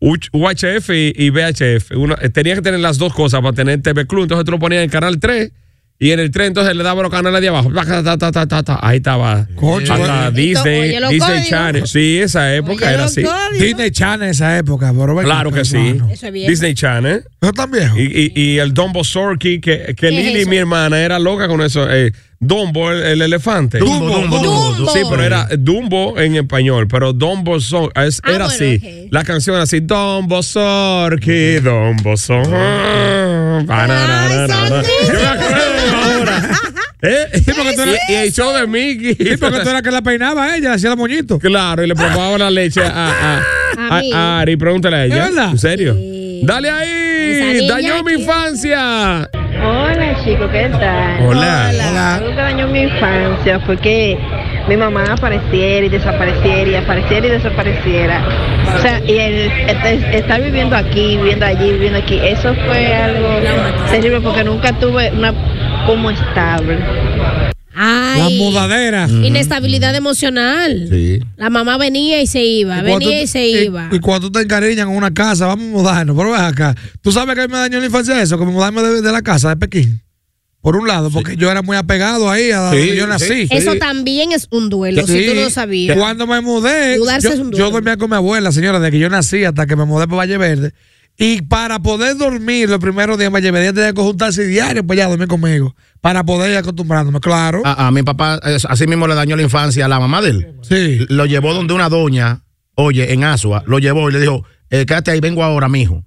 Speaker 2: Uch- UHF y, y VHF. Uno, eh, tenía que tener las dos cosas para tener TV Club. Entonces tú lo ponías en el canal 3 y en el 3 entonces le daba los canales de abajo. Ta, ta, ta, ta, ta, ta. Ahí estaba.
Speaker 5: Coño,
Speaker 2: Hasta
Speaker 5: eh.
Speaker 2: Disney,
Speaker 6: Oye, los
Speaker 2: Disney
Speaker 6: códigos.
Speaker 2: Channel. Sí, esa época
Speaker 6: Oye,
Speaker 2: era
Speaker 6: los
Speaker 2: así.
Speaker 6: códigos.
Speaker 5: Disney Channel en esa época, pero ven
Speaker 2: Claro
Speaker 5: acá,
Speaker 2: que sí.
Speaker 5: hermano.
Speaker 6: Eso es bien.
Speaker 2: Disney Channel.
Speaker 5: Yo también.
Speaker 2: Y, y- y el Dumbo Sorky, que, que
Speaker 6: ¿Qué es
Speaker 2: Lili,
Speaker 6: eso?
Speaker 2: mi hermana, era loca con eso. eh, Dumbo, el, el elefante.
Speaker 3: Dumbo, Dumbo, Dumbo.
Speaker 6: Dumbo.
Speaker 2: Sí, pero era Dumbo en español, pero Dumbo Sor- es-
Speaker 6: Ah,
Speaker 2: era
Speaker 6: bueno,
Speaker 2: así.
Speaker 6: ok.
Speaker 2: La canción era así: Dumbo Sorky, Dumbo Ah, Sorky.
Speaker 6: Ay, Sandy.
Speaker 2: Yo me acuerdo ahora. ¿Eh? Y, porque tú eras- y el show de Mickey.
Speaker 5: Sí, porque tú eras que la peinaba ella, hacía la moñito.
Speaker 2: Claro, y le probaba la leche a, a, a-
Speaker 6: A mí.
Speaker 2: a Ari. Pregúntale a ella.
Speaker 5: ¿Es verdad?
Speaker 2: ¿En serio?
Speaker 6: Sí.
Speaker 2: Dale
Speaker 6: Esa
Speaker 2: ahí.
Speaker 6: niña
Speaker 2: Dañó mi
Speaker 6: que-
Speaker 2: infancia.
Speaker 4: Hola chicos, ¿qué tal?
Speaker 2: Hola.
Speaker 4: Algo que dañó mi infancia fue que
Speaker 11: mi mamá apareciera y desapareciera y apareciera y desapareciera. O sea, y el, este- estar viviendo aquí, viviendo allí, viviendo aquí, eso fue algo terrible porque nunca tuve una como estable.
Speaker 6: Ay.
Speaker 5: La mudadera.
Speaker 6: Inestabilidad emocional.
Speaker 3: Sí.
Speaker 6: La mamá venía y se iba,
Speaker 5: cuando
Speaker 6: venía
Speaker 5: tú-
Speaker 6: y se
Speaker 2: eh,
Speaker 6: iba.
Speaker 5: Y cuando tú te encariñas con una casa, vamos a mudarnos. Pero ven acá. ¿Tú sabes que a mí me dañó la infancia eso? Que me mudarme de, de la casa de Pekín. Por un lado, porque yo era muy apegado ahí a donde
Speaker 3: Sí,
Speaker 5: yo
Speaker 3: sí,
Speaker 5: nací.
Speaker 6: Eso también es un duelo, si tú no lo sabías.
Speaker 5: Cuando me mudé,
Speaker 6: Mudarse es
Speaker 5: yo,
Speaker 6: un
Speaker 5: yo dormía con mi abuela, señora, desde que yo nací hasta que me mudé para Valle Verde. Y para poder dormir los primeros días en Valle Verde, ella tenía que juntarse diario para allá a dormir conmigo. Para poder ir acostumbrándome, claro.
Speaker 3: A, a mi papá, eh, así mismo le dañó la infancia a la mamá de él.
Speaker 5: Sí.
Speaker 3: Lo llevó donde una doña, oye, en Asua, lo llevó y le dijo, eh, quédate ahí, vengo ahora, mijo.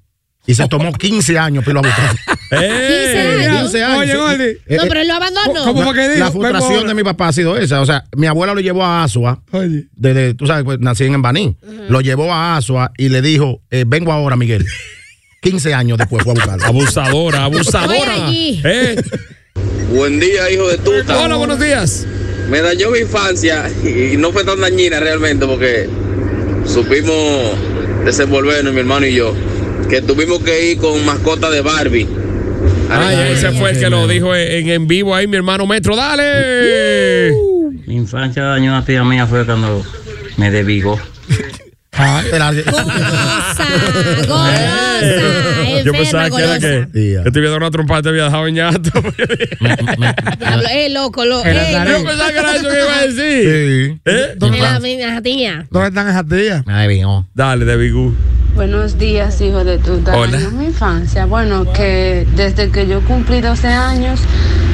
Speaker 3: Y se tomó 15 años para irlo a buscar. [LAUGHS] Eh,
Speaker 6: 15 años.
Speaker 3: 15 años.
Speaker 6: Oye,
Speaker 3: sí.
Speaker 6: Gordy.
Speaker 3: Eh,
Speaker 6: No,
Speaker 3: eh,
Speaker 6: pero él lo abandonó.
Speaker 3: La- La frustración de mi papá ha sido esa. O sea, mi abuela lo llevó a Asua. Desde, tú sabes, pues nací en Baní. Lo llevó a Asua y le dijo, eh, vengo ahora, Miguel. 15 años después fue a buscarlo.
Speaker 2: Abusadora, abusadora. ¿Eh?
Speaker 8: Buen día, hijo de tuta.
Speaker 2: Hola, buenos días.
Speaker 8: Me dañó mi infancia y no fue tan dañina realmente porque supimos desenvolvernos, mi hermano y yo, que tuvimos que ir con mascota de Barbie.
Speaker 2: Ay, ese fue el que lo dijo en, en vivo ahí, mi hermano Metro. ¡Dale! [LAUGHS]
Speaker 12: Mi infancia dañó una tía mía fue cuando me desvigó.
Speaker 3: [LAUGHS]
Speaker 6: Ah,
Speaker 2: Yo pensaba que era que, que te había dado una trompada y te había dejado en llanto. [LAUGHS]
Speaker 6: Diablo, eh, loco, loco.
Speaker 2: Era
Speaker 6: eh,
Speaker 2: Tarek.
Speaker 6: loco.
Speaker 2: Yo pensaba que era eso que iba a ¿Eh?
Speaker 3: Sí.
Speaker 6: De la misma tía.
Speaker 5: ¿Dónde están esas tías?
Speaker 2: Dale, de Bigú.
Speaker 13: Buenos días, hijo de tu
Speaker 2: Hola.
Speaker 13: daño mi infancia. Bueno, que desde que yo cumplí 12 años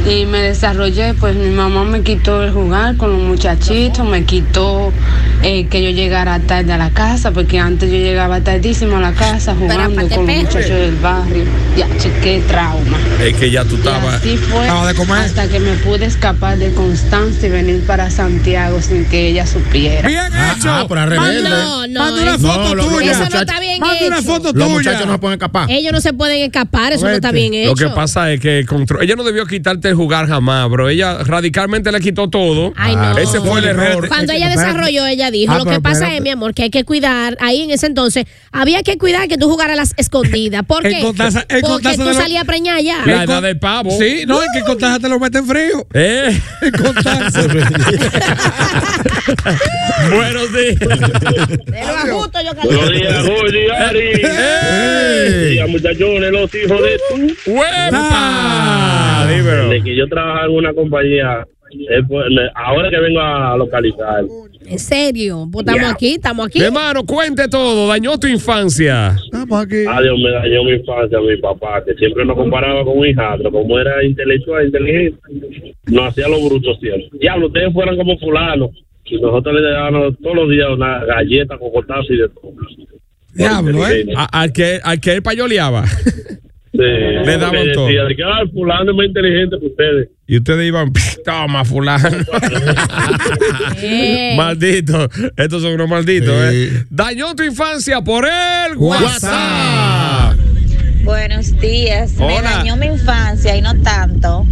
Speaker 13: y me desarrollé, pues mi mamá me quitó el jugar con los muchachitos, me quitó eh, que yo llegara tarde a la casa, porque antes yo llegaba tardísimo a la casa jugando con los muchachos del barrio. Ya, che, qué trauma.
Speaker 2: Es que ya tú estabas.
Speaker 13: Así fue hasta que me pude escapar de Constanza y venir para Santiago sin que ella supiera.
Speaker 3: Ah, pero al rebelde.
Speaker 2: ¿eh?
Speaker 6: No, eh. no.
Speaker 3: Manda una
Speaker 6: eso-
Speaker 3: foto
Speaker 6: eso
Speaker 3: tuya.
Speaker 6: no
Speaker 3: Muchacho.
Speaker 6: está bien
Speaker 3: Manda una
Speaker 6: hecho.
Speaker 3: foto Los tuya. muchachos no se pueden escapar.
Speaker 6: Ellos no se pueden escapar, eso no está bien hecho.
Speaker 2: Lo que pasa es que contro- ella no debió quitarte el jugar jamás, bro. Ella radicalmente le quitó todo. Ah,
Speaker 6: Ay, no.
Speaker 2: Ese fue el error.
Speaker 6: Cuando ella desarrolló, ella dijo,
Speaker 2: Ah,
Speaker 6: lo que
Speaker 2: pero
Speaker 6: pasa
Speaker 2: espérate.
Speaker 6: es, mi amor, que hay que cuidar, ahí en ese entonces, había que cuidar que tú jugaras a las escondidas. ¿Por qué?
Speaker 5: En Constanza- en
Speaker 6: Porque
Speaker 5: Constanza
Speaker 6: tú
Speaker 5: de lo-
Speaker 6: salías preñada ya.
Speaker 5: En con- Sí, no, es que en Constanza te lo meten frío.
Speaker 2: ¿Eh?
Speaker 5: En Constanza.
Speaker 2: Buenos días.
Speaker 14: Buenos
Speaker 5: [LAUGHS]
Speaker 14: días, Gordy, Ari. Buenos días, muchachones, los hijos de tu.
Speaker 5: Ah.
Speaker 14: Desde que yo trabajaba en una compañía, eh, pues, me- ahora que vengo a localizar.
Speaker 6: En serio, pues estamos aquí, estamos aquí.
Speaker 2: Hermano, cuente todo. Dañó tu infancia.
Speaker 14: Adiós, Ah, me dañó mi infancia, mi papá, que siempre nos comparaba con un hijastro. Como era intelectual, inteligente, nos hacía lo bruto siempre. Diablo, ustedes fueran como fulano. Y nosotros le dábamos todos los días una galleta con cortazo y de todo.
Speaker 2: Diablo, ¿eh? A- al, que, al que él payoleaba. Le daban
Speaker 14: Porque
Speaker 2: todo.
Speaker 14: decía, de que, "Ah, fulano es más inteligente que ustedes.
Speaker 2: [LAUGHS] Y ustedes iban, [LAUGHS] toma,
Speaker 5: [LAUGHS]
Speaker 2: fulano.
Speaker 14: Eh.
Speaker 2: Maldito. Estos son unos malditos, ¿eh? Dañó tu infancia por el WhatsApp.
Speaker 4: Buenos días. Me
Speaker 2: Hola.
Speaker 4: dañó mi infancia y no tanto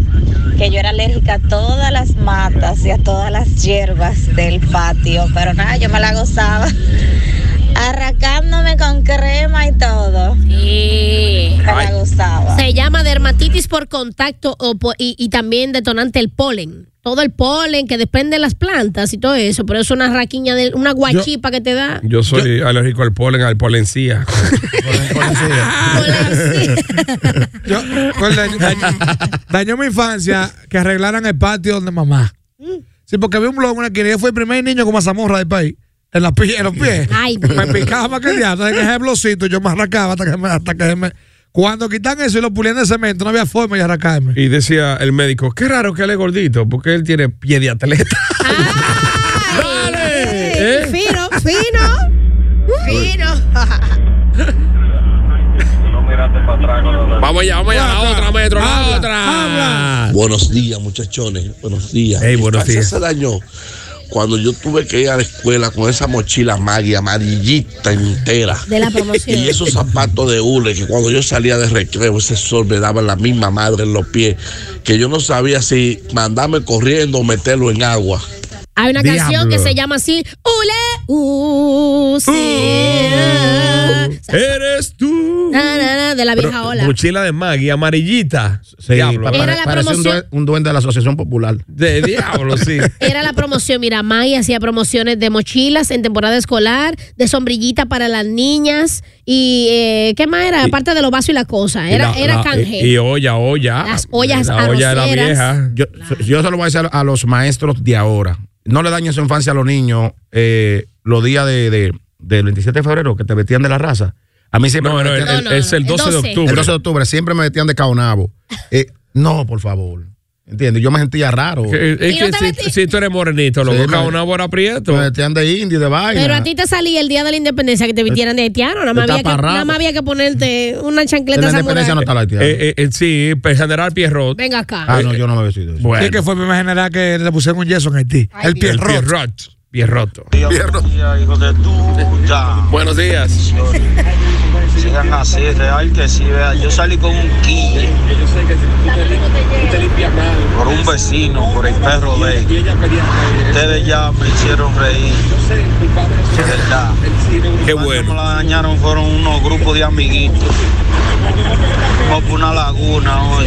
Speaker 4: que yo era alérgica a todas las matas y a todas las hierbas del patio, pero nada, yo me la gozaba arracándome con crema y todo. Me la gozaba.
Speaker 6: Se llama dermatitis por contacto o por- y, y también detonante el polen. Todo el polen que depende de las plantas y todo eso, pero es una raquiña, de, una guachipa que te da.
Speaker 2: Yo soy alérgico al polen,
Speaker 4: [LAUGHS]
Speaker 2: al polencía.
Speaker 6: [LAUGHS]
Speaker 5: Yo, pues, dañó, dañó- dañó mi infancia que arreglaran el patio donde mamá. Sí, porque había un blog, una que yo fui el primer niño con mazamorra del país. En, las pi- en los pies.
Speaker 6: Ay,
Speaker 5: me picaba más que el diablo. Entonces, ese blocito yo me arrancaba hasta que me. Hasta que me cuando quitan eso y lo pulían de cemento, no había forma de arrancarme.
Speaker 2: Y decía el médico, qué raro que él es gordito, porque él tiene pie de atleta.
Speaker 15: ¡Dale! Fino, fino. Fino.
Speaker 2: [LAUGHS] Vamos allá, vamos allá, la otra, metro, la otra.
Speaker 16: Buenos días, muchachones. Buenos días.
Speaker 2: Hey, buenos
Speaker 16: Mi infancia
Speaker 2: días.
Speaker 16: se dañó cuando yo tuve que ir a la escuela con esa mochila magia amarillita entera.
Speaker 6: De la promoción.
Speaker 16: Y esos zapatos de hule que cuando yo salía de recreo, ese sol me daba la misma madre en los pies, que yo no sabía si mandarme corriendo o meterlo en agua.
Speaker 6: Hay una
Speaker 2: Diablo.
Speaker 6: canción que se llama así, Ule, uh, sí, ah,
Speaker 2: Eres tú.
Speaker 6: na, na, na, de la vieja
Speaker 2: Pero,
Speaker 6: ola.
Speaker 2: Mochila de Maggie, amarillita. diablo.
Speaker 6: pa- Era la
Speaker 3: Parecía un,
Speaker 6: promoción.
Speaker 3: due- un duende de la Asociación Popular.
Speaker 2: De diablo, [LAUGHS] sí.
Speaker 6: Era la promoción, mira, May hacía promociones de mochilas en temporada escolar, de sombrillita para las niñas y eh, ¿qué más era? Aparte de los vasos y la cosa,
Speaker 3: Y
Speaker 6: era,
Speaker 3: la-
Speaker 6: era
Speaker 3: la-
Speaker 6: canje.
Speaker 2: eh, Y olla, olla.
Speaker 6: Las ollas
Speaker 3: La olla era
Speaker 6: arroceras.
Speaker 2: vieja.
Speaker 3: Yo, yo se lo voy a decir a los maestros de ahora. No le dañen su infancia a los niños eh, los días de, de- del 27 de febrero que te vestían de la raza. A mí siempre
Speaker 2: No,
Speaker 3: me
Speaker 2: no,
Speaker 3: vestían-
Speaker 2: el- No, no, es el no, el 12 de 12. octubre.
Speaker 3: El 12 de octubre siempre me vestían de caonabo. Eh, no, por favor. ¿Entiendes? Yo me sentía raro.
Speaker 2: Que- es que si, si tú eres morenito, lo
Speaker 3: Sí,
Speaker 2: busca
Speaker 3: me-
Speaker 2: una buena prieto.
Speaker 3: Me vestían de indio, de vaina.
Speaker 6: Pero a ti te salía el día de la independencia que te vistieran de haitiano, nada más,
Speaker 3: De
Speaker 6: había que,
Speaker 3: taparrabo.
Speaker 6: nada más había que ponerte una chancleta samurái.
Speaker 3: está la haitiana.
Speaker 2: Eh, eh, eh, sí, pero general Pierrot.
Speaker 6: Venga acá.
Speaker 3: Ah,
Speaker 2: Eh,
Speaker 3: no, yo no me he vestido. de eso.
Speaker 5: Sí, que fue mi general que le pusieron un yeso en Haití. el
Speaker 2: El
Speaker 5: pierrot.
Speaker 2: Pierrot. Pierroto.
Speaker 17: hijos de tuta.
Speaker 2: Buenos días.
Speaker 17: Sigan así, real que sí, vea. Yo salí con un quille. Por un vecino, por el perro de él. Ustedes ya me hicieron reír. De verdad.
Speaker 2: Qué bueno.
Speaker 17: Como la dañaron fueron unos grupos de amiguitos. Como por una laguna hoy.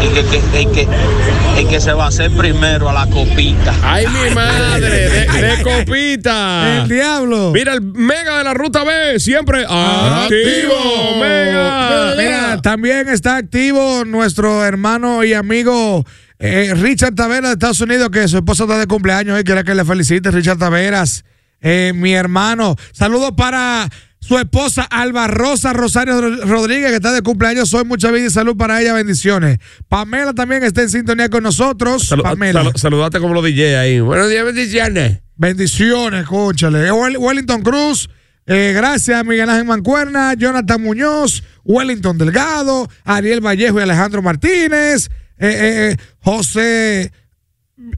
Speaker 17: Y que, que, que, que, el que se va a hacer primero a la copita.
Speaker 2: ¡Ay, mi madre! De,
Speaker 3: [LAUGHS]
Speaker 2: de copita.
Speaker 5: El diablo.
Speaker 2: Mira, el mega de la ruta B, siempre Ah, activo. Mega.
Speaker 5: Mira, también está activo nuestro hermano y amigo eh, Richard Taveras de Estados Unidos, que su esposa está de cumpleaños y quiere que le felicite, Richard Taveras, eh, mi hermano. Saludos para su esposa Alba Rosa Rosario Ro- Rodríguez, que está de cumpleaños hoy. Mucha vida y salud para ella, bendiciones. Pamela también está en sintonía con nosotros.
Speaker 2: Salu-
Speaker 5: Pamela.
Speaker 2: salu- saludate como los DJ ahí. Buenos días, bendiciones.
Speaker 5: Bendiciones, escúchale. Wel- Wellington Cruz, eh, gracias Miguel Ángel Mancuerna, Jonathan Muñoz, Wellington Delgado, Ariel Vallejo y Alejandro Martínez, eh, eh, eh, José. [COUGHS]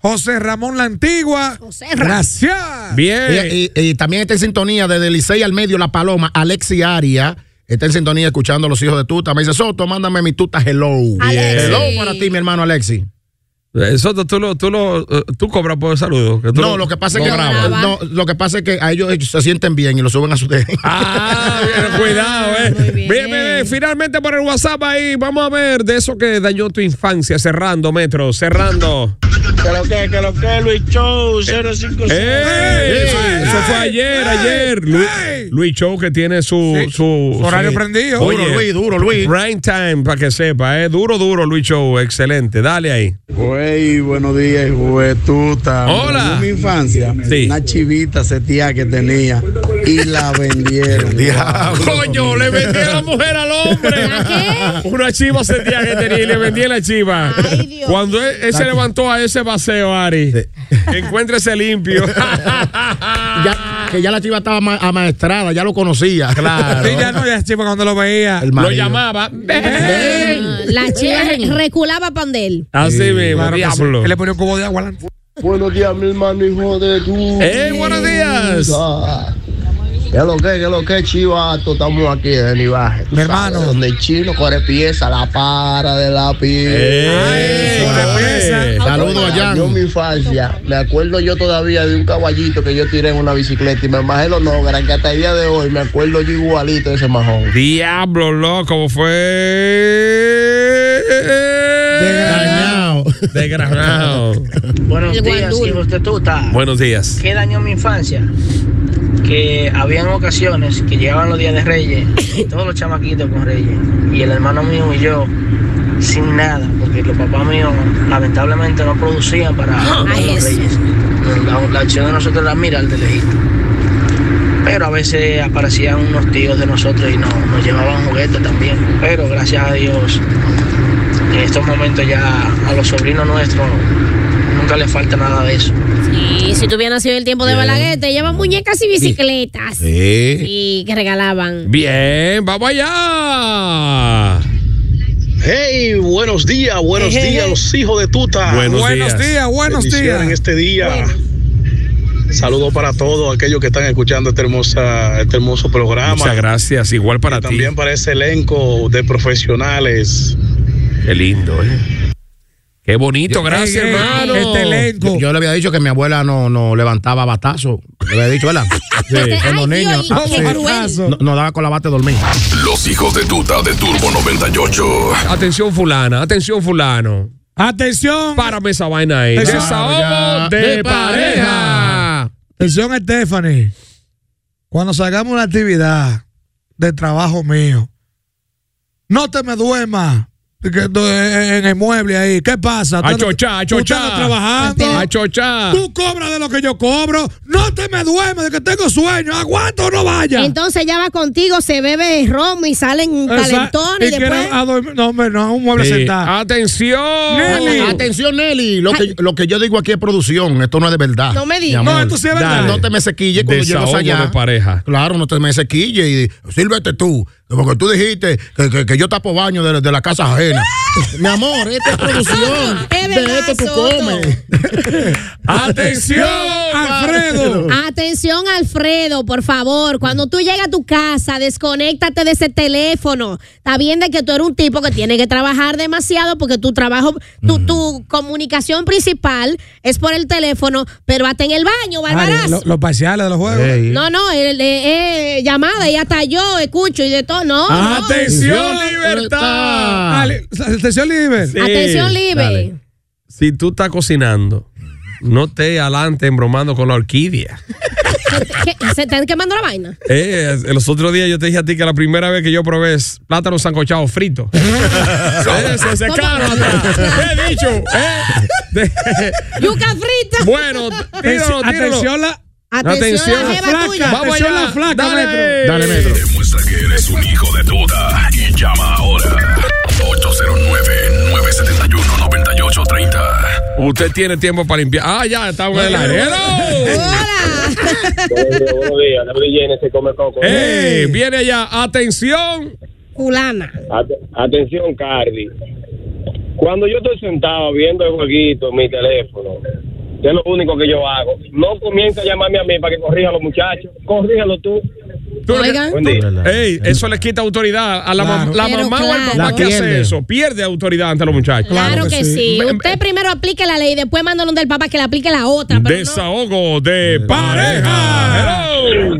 Speaker 5: José Ramón La Antigua. Gracias.
Speaker 3: Y, y- y también está en sintonía desde Licey al medio La Paloma, Alexi Aria. Está en sintonía escuchando a los hijos de tuta. Me dice, Soto, mándame mi tuta hello.
Speaker 2: Alexi.
Speaker 3: Hello para ti, mi hermano Alexi.
Speaker 2: Eh, Eso tú lo, tú lo, eh, tú cobras por el saludo. que tú
Speaker 3: No, lo que pasa es
Speaker 2: lo
Speaker 3: que
Speaker 2: grabas.
Speaker 3: no, lo que pasa es que a ellos, ellos se sienten bien y lo suben a su [LAUGHS]
Speaker 2: Ah, bien, cuidado, eh. Bien, bien, bien. Finalmente por el WhatsApp ahí. Vamos a ver de eso que dañó tu infancia. Cerrando, metro, cerrando.
Speaker 17: Que lo que, que lo que, Luis Show 055.
Speaker 2: ¡Ey! Eso, eso fue ayer, ayer. Lu- Luis, Show que tiene su, su,
Speaker 5: su horario prendido. Duro, Luis,
Speaker 3: duro, Luis.
Speaker 2: Prime time, para que sepa, ¿eh? Duro, duro, Luis Show. Excelente. Dale ahí.
Speaker 16: Güey, buenos días, juventuta.
Speaker 2: Hola.
Speaker 16: En mi infancia, una chivita setía que tenía y la vendieron.
Speaker 2: Ah, Coño, le vendí a la mujer al hombre. [LAUGHS] Una chiva sentía que tenía y le vendí la chiva. Cuando él, él se levantó a ese paseo, Ari, encuéntrese limpio.
Speaker 3: Ya- que ya la chiva estaba ama- amaestrada, ya lo conocía. [LAUGHS]
Speaker 5: Sí, ya no, ya chico, cuando lo veía.
Speaker 3: El
Speaker 2: Lo
Speaker 3: marido.
Speaker 2: llamaba.
Speaker 6: La chiva reculaba pandel.
Speaker 2: Así
Speaker 5: Sí,
Speaker 2: mismo,
Speaker 5: claro que sí.
Speaker 2: diablo.
Speaker 5: Él le ponía un cubo de agua. al-
Speaker 16: Buenos días, mi hermano, hijo de tu.
Speaker 2: ¡Eh, buenos días!
Speaker 16: ¿Qué lo que, qué lo que, chivato? Estamos aquí en el Ibaje. Mi hermano. Donde el chino corre pieza, la para de la pieza.
Speaker 3: Saludos a Jan.
Speaker 16: Yo mi infancia, me acuerdo yo todavía de un caballito que yo tiré en una bicicleta y me majé los nogras, que hasta el día de hoy me acuerdo yo igualito de ese majón.
Speaker 2: Diablo, loco, fue.
Speaker 3: Desgranado.
Speaker 2: Desgranado.
Speaker 17: Buenos días, hijos de tuta.
Speaker 2: Buenos días.
Speaker 17: ¿Qué dañó mi infancia? Que habían ocasiones que llegaban los días de
Speaker 6: [LAUGHS]
Speaker 17: Reyes, y todos los chamaquitos con Reyes, y el hermano mío y yo sin nada, porque los papás míos lamentablemente no producían para para los Reyes. La, la acción de nosotros era mirar de lejito. Pero a veces aparecían unos tíos de nosotros y no- nos llevaban juguetes también. Pero gracias a Dios, en estos momentos ya a los sobrinos nuestros nunca les falta nada de eso.
Speaker 6: Y si tú hubieras nacido en el tiempo de Balaguer, te llevan muñecas y bicicletas.
Speaker 2: Sí.
Speaker 6: Y que regalaban.
Speaker 2: Bien, vamos allá.
Speaker 14: Hey, buenos días, buenos
Speaker 2: Hey, hey,
Speaker 14: días,
Speaker 2: hey.
Speaker 14: los hijos de tuta.
Speaker 2: Buenos Buenos días. días,
Speaker 14: buenos días. En este día. Saludos para todos aquellos que están escuchando este hermosa, este hermoso programa.
Speaker 2: Muchas gracias. Igual para ti.
Speaker 14: También para ese elenco de profesionales.
Speaker 2: Qué lindo, ¿eh? Qué bonito, gracias, hermano.
Speaker 5: este
Speaker 3: Yo, yo le había dicho que mi abuela no, no levantaba batazo. Le había dicho, ¿verdad?
Speaker 2: Ay,
Speaker 6: Este,
Speaker 3: Cuando niño.
Speaker 2: Dios, qué cruel.
Speaker 3: No, no daba con la bate dormir.
Speaker 18: Los hijos de tuta de Turbo 98.
Speaker 2: Atención, fulana, atención, fulano.
Speaker 5: Atención.
Speaker 2: Párame esa vaina ahí.
Speaker 5: Atención.
Speaker 2: Desahogo
Speaker 5: Ya.
Speaker 2: de
Speaker 5: De
Speaker 2: pareja.
Speaker 5: Atención, Stephanie. Cuando salgamos una actividad de trabajo mío, no te me duermas que tú, eh, en el mueble ahí. ¿Qué pasa?
Speaker 2: A
Speaker 5: ¿Tú-
Speaker 2: chochar, a
Speaker 5: tú estás
Speaker 2: chochar.
Speaker 5: trabajando.
Speaker 2: A chochar.
Speaker 5: Tú cobras de lo que yo cobro. No te me duermas de que tengo sueño. Aguanta o no vaya.
Speaker 6: Entonces ella va contigo, se bebe ron y salen
Speaker 5: Esa-
Speaker 6: calentones
Speaker 5: y
Speaker 6: y
Speaker 5: que
Speaker 6: después.
Speaker 5: era a dormir- No, hombre, no, un mueble
Speaker 3: Sí.
Speaker 5: sentado.
Speaker 2: Atención.
Speaker 5: Nelly.
Speaker 3: Atención, Nelly. Lo que, lo que yo digo aquí es producción. Esto no es de verdad.
Speaker 6: No me
Speaker 3: Mi
Speaker 6: digas.
Speaker 3: amor.
Speaker 6: No, esto sí es
Speaker 3: Dale.
Speaker 6: verdad.
Speaker 3: No te me sequille cuando llegas
Speaker 2: Desahogo
Speaker 3: allá.
Speaker 2: de pareja.
Speaker 3: Claro, no te me sequille y sírvete tú. Porque tú dijiste que, que- que yo tapo baño de, de la casa ajena. Mi amor, esta es producción.
Speaker 6: Es
Speaker 3: de esto tú
Speaker 6: verdad,
Speaker 3: comes. [LAUGHS]
Speaker 2: Atención,
Speaker 3: Alfredo.
Speaker 6: Atención, Alfredo, por favor. Cuando tú llegas a tu casa, desconéctate de ese teléfono. Está bien de que tú eres un tipo que tiene que trabajar demasiado porque tu trabajo, tu, tu comunicación principal es por el teléfono, pero hasta en el baño,
Speaker 5: Ari,
Speaker 6: barbarazo.
Speaker 5: lo- los parciales de los juegos.
Speaker 6: No, no, el- eh, eh, llamada y hasta yo escucho y de todo. No, no.
Speaker 2: Atención, libertad.
Speaker 5: Ale- Atención, Liber.
Speaker 2: Sí,
Speaker 6: Atención, Libe.
Speaker 2: dale. Si tú estás cocinando, no te adelante embromando con la
Speaker 5: [LAUGHS]
Speaker 2: orquídea.
Speaker 6: ¿Qué? ¿Se está quemando la vaina?
Speaker 2: Eh, los otros días yo te dije a ti que la primera vez que yo probé es plátano sancochado
Speaker 5: [LAUGHS]
Speaker 2: frito. Eh, se secaron atrás. Te he dicho. eh. De-
Speaker 6: Yuca frita.
Speaker 2: bueno, tíralo,
Speaker 5: Atención,
Speaker 2: tíralo.
Speaker 5: atención la-
Speaker 2: Atención.
Speaker 6: la jeva
Speaker 5: Flaca.
Speaker 6: tuya.
Speaker 2: Vamos
Speaker 5: atención
Speaker 2: allá.
Speaker 5: la flaca,
Speaker 2: Dale.
Speaker 5: Metro.
Speaker 3: Dale, metro.
Speaker 18: Demuestra que eres un hijo de tuta y llama ahora. 809-971-9830.
Speaker 2: Usted tiene tiempo para limpiar. Ah, ya, está en el aire. Hello.
Speaker 19: [LAUGHS] Buenos días, la Blue Jenner se come coco.
Speaker 2: Eh, viene allá. Atención.
Speaker 6: Fulana.
Speaker 19: Ate- atención, Cardi. Cuando yo estoy sentado viendo el jueguito en mi teléfono, que es lo único que yo hago, no comienza a llamarme a mí para que corrija a los muchachos. Corríjalo tú.
Speaker 2: Tú-
Speaker 19: Buen día.
Speaker 2: Ey, eso le quita autoridad a la, mam- la
Speaker 6: Pero
Speaker 2: mamá o el
Speaker 6: claro.
Speaker 2: papá
Speaker 3: La
Speaker 2: que hace
Speaker 3: pierde.
Speaker 2: eso. Pierde autoridad ante los muchachos.
Speaker 6: Claro, que, sí. Usted primero aplique la ley, después manda un del papá que la aplique la otra. Pero no.
Speaker 2: Desahogo de pareja. Hello.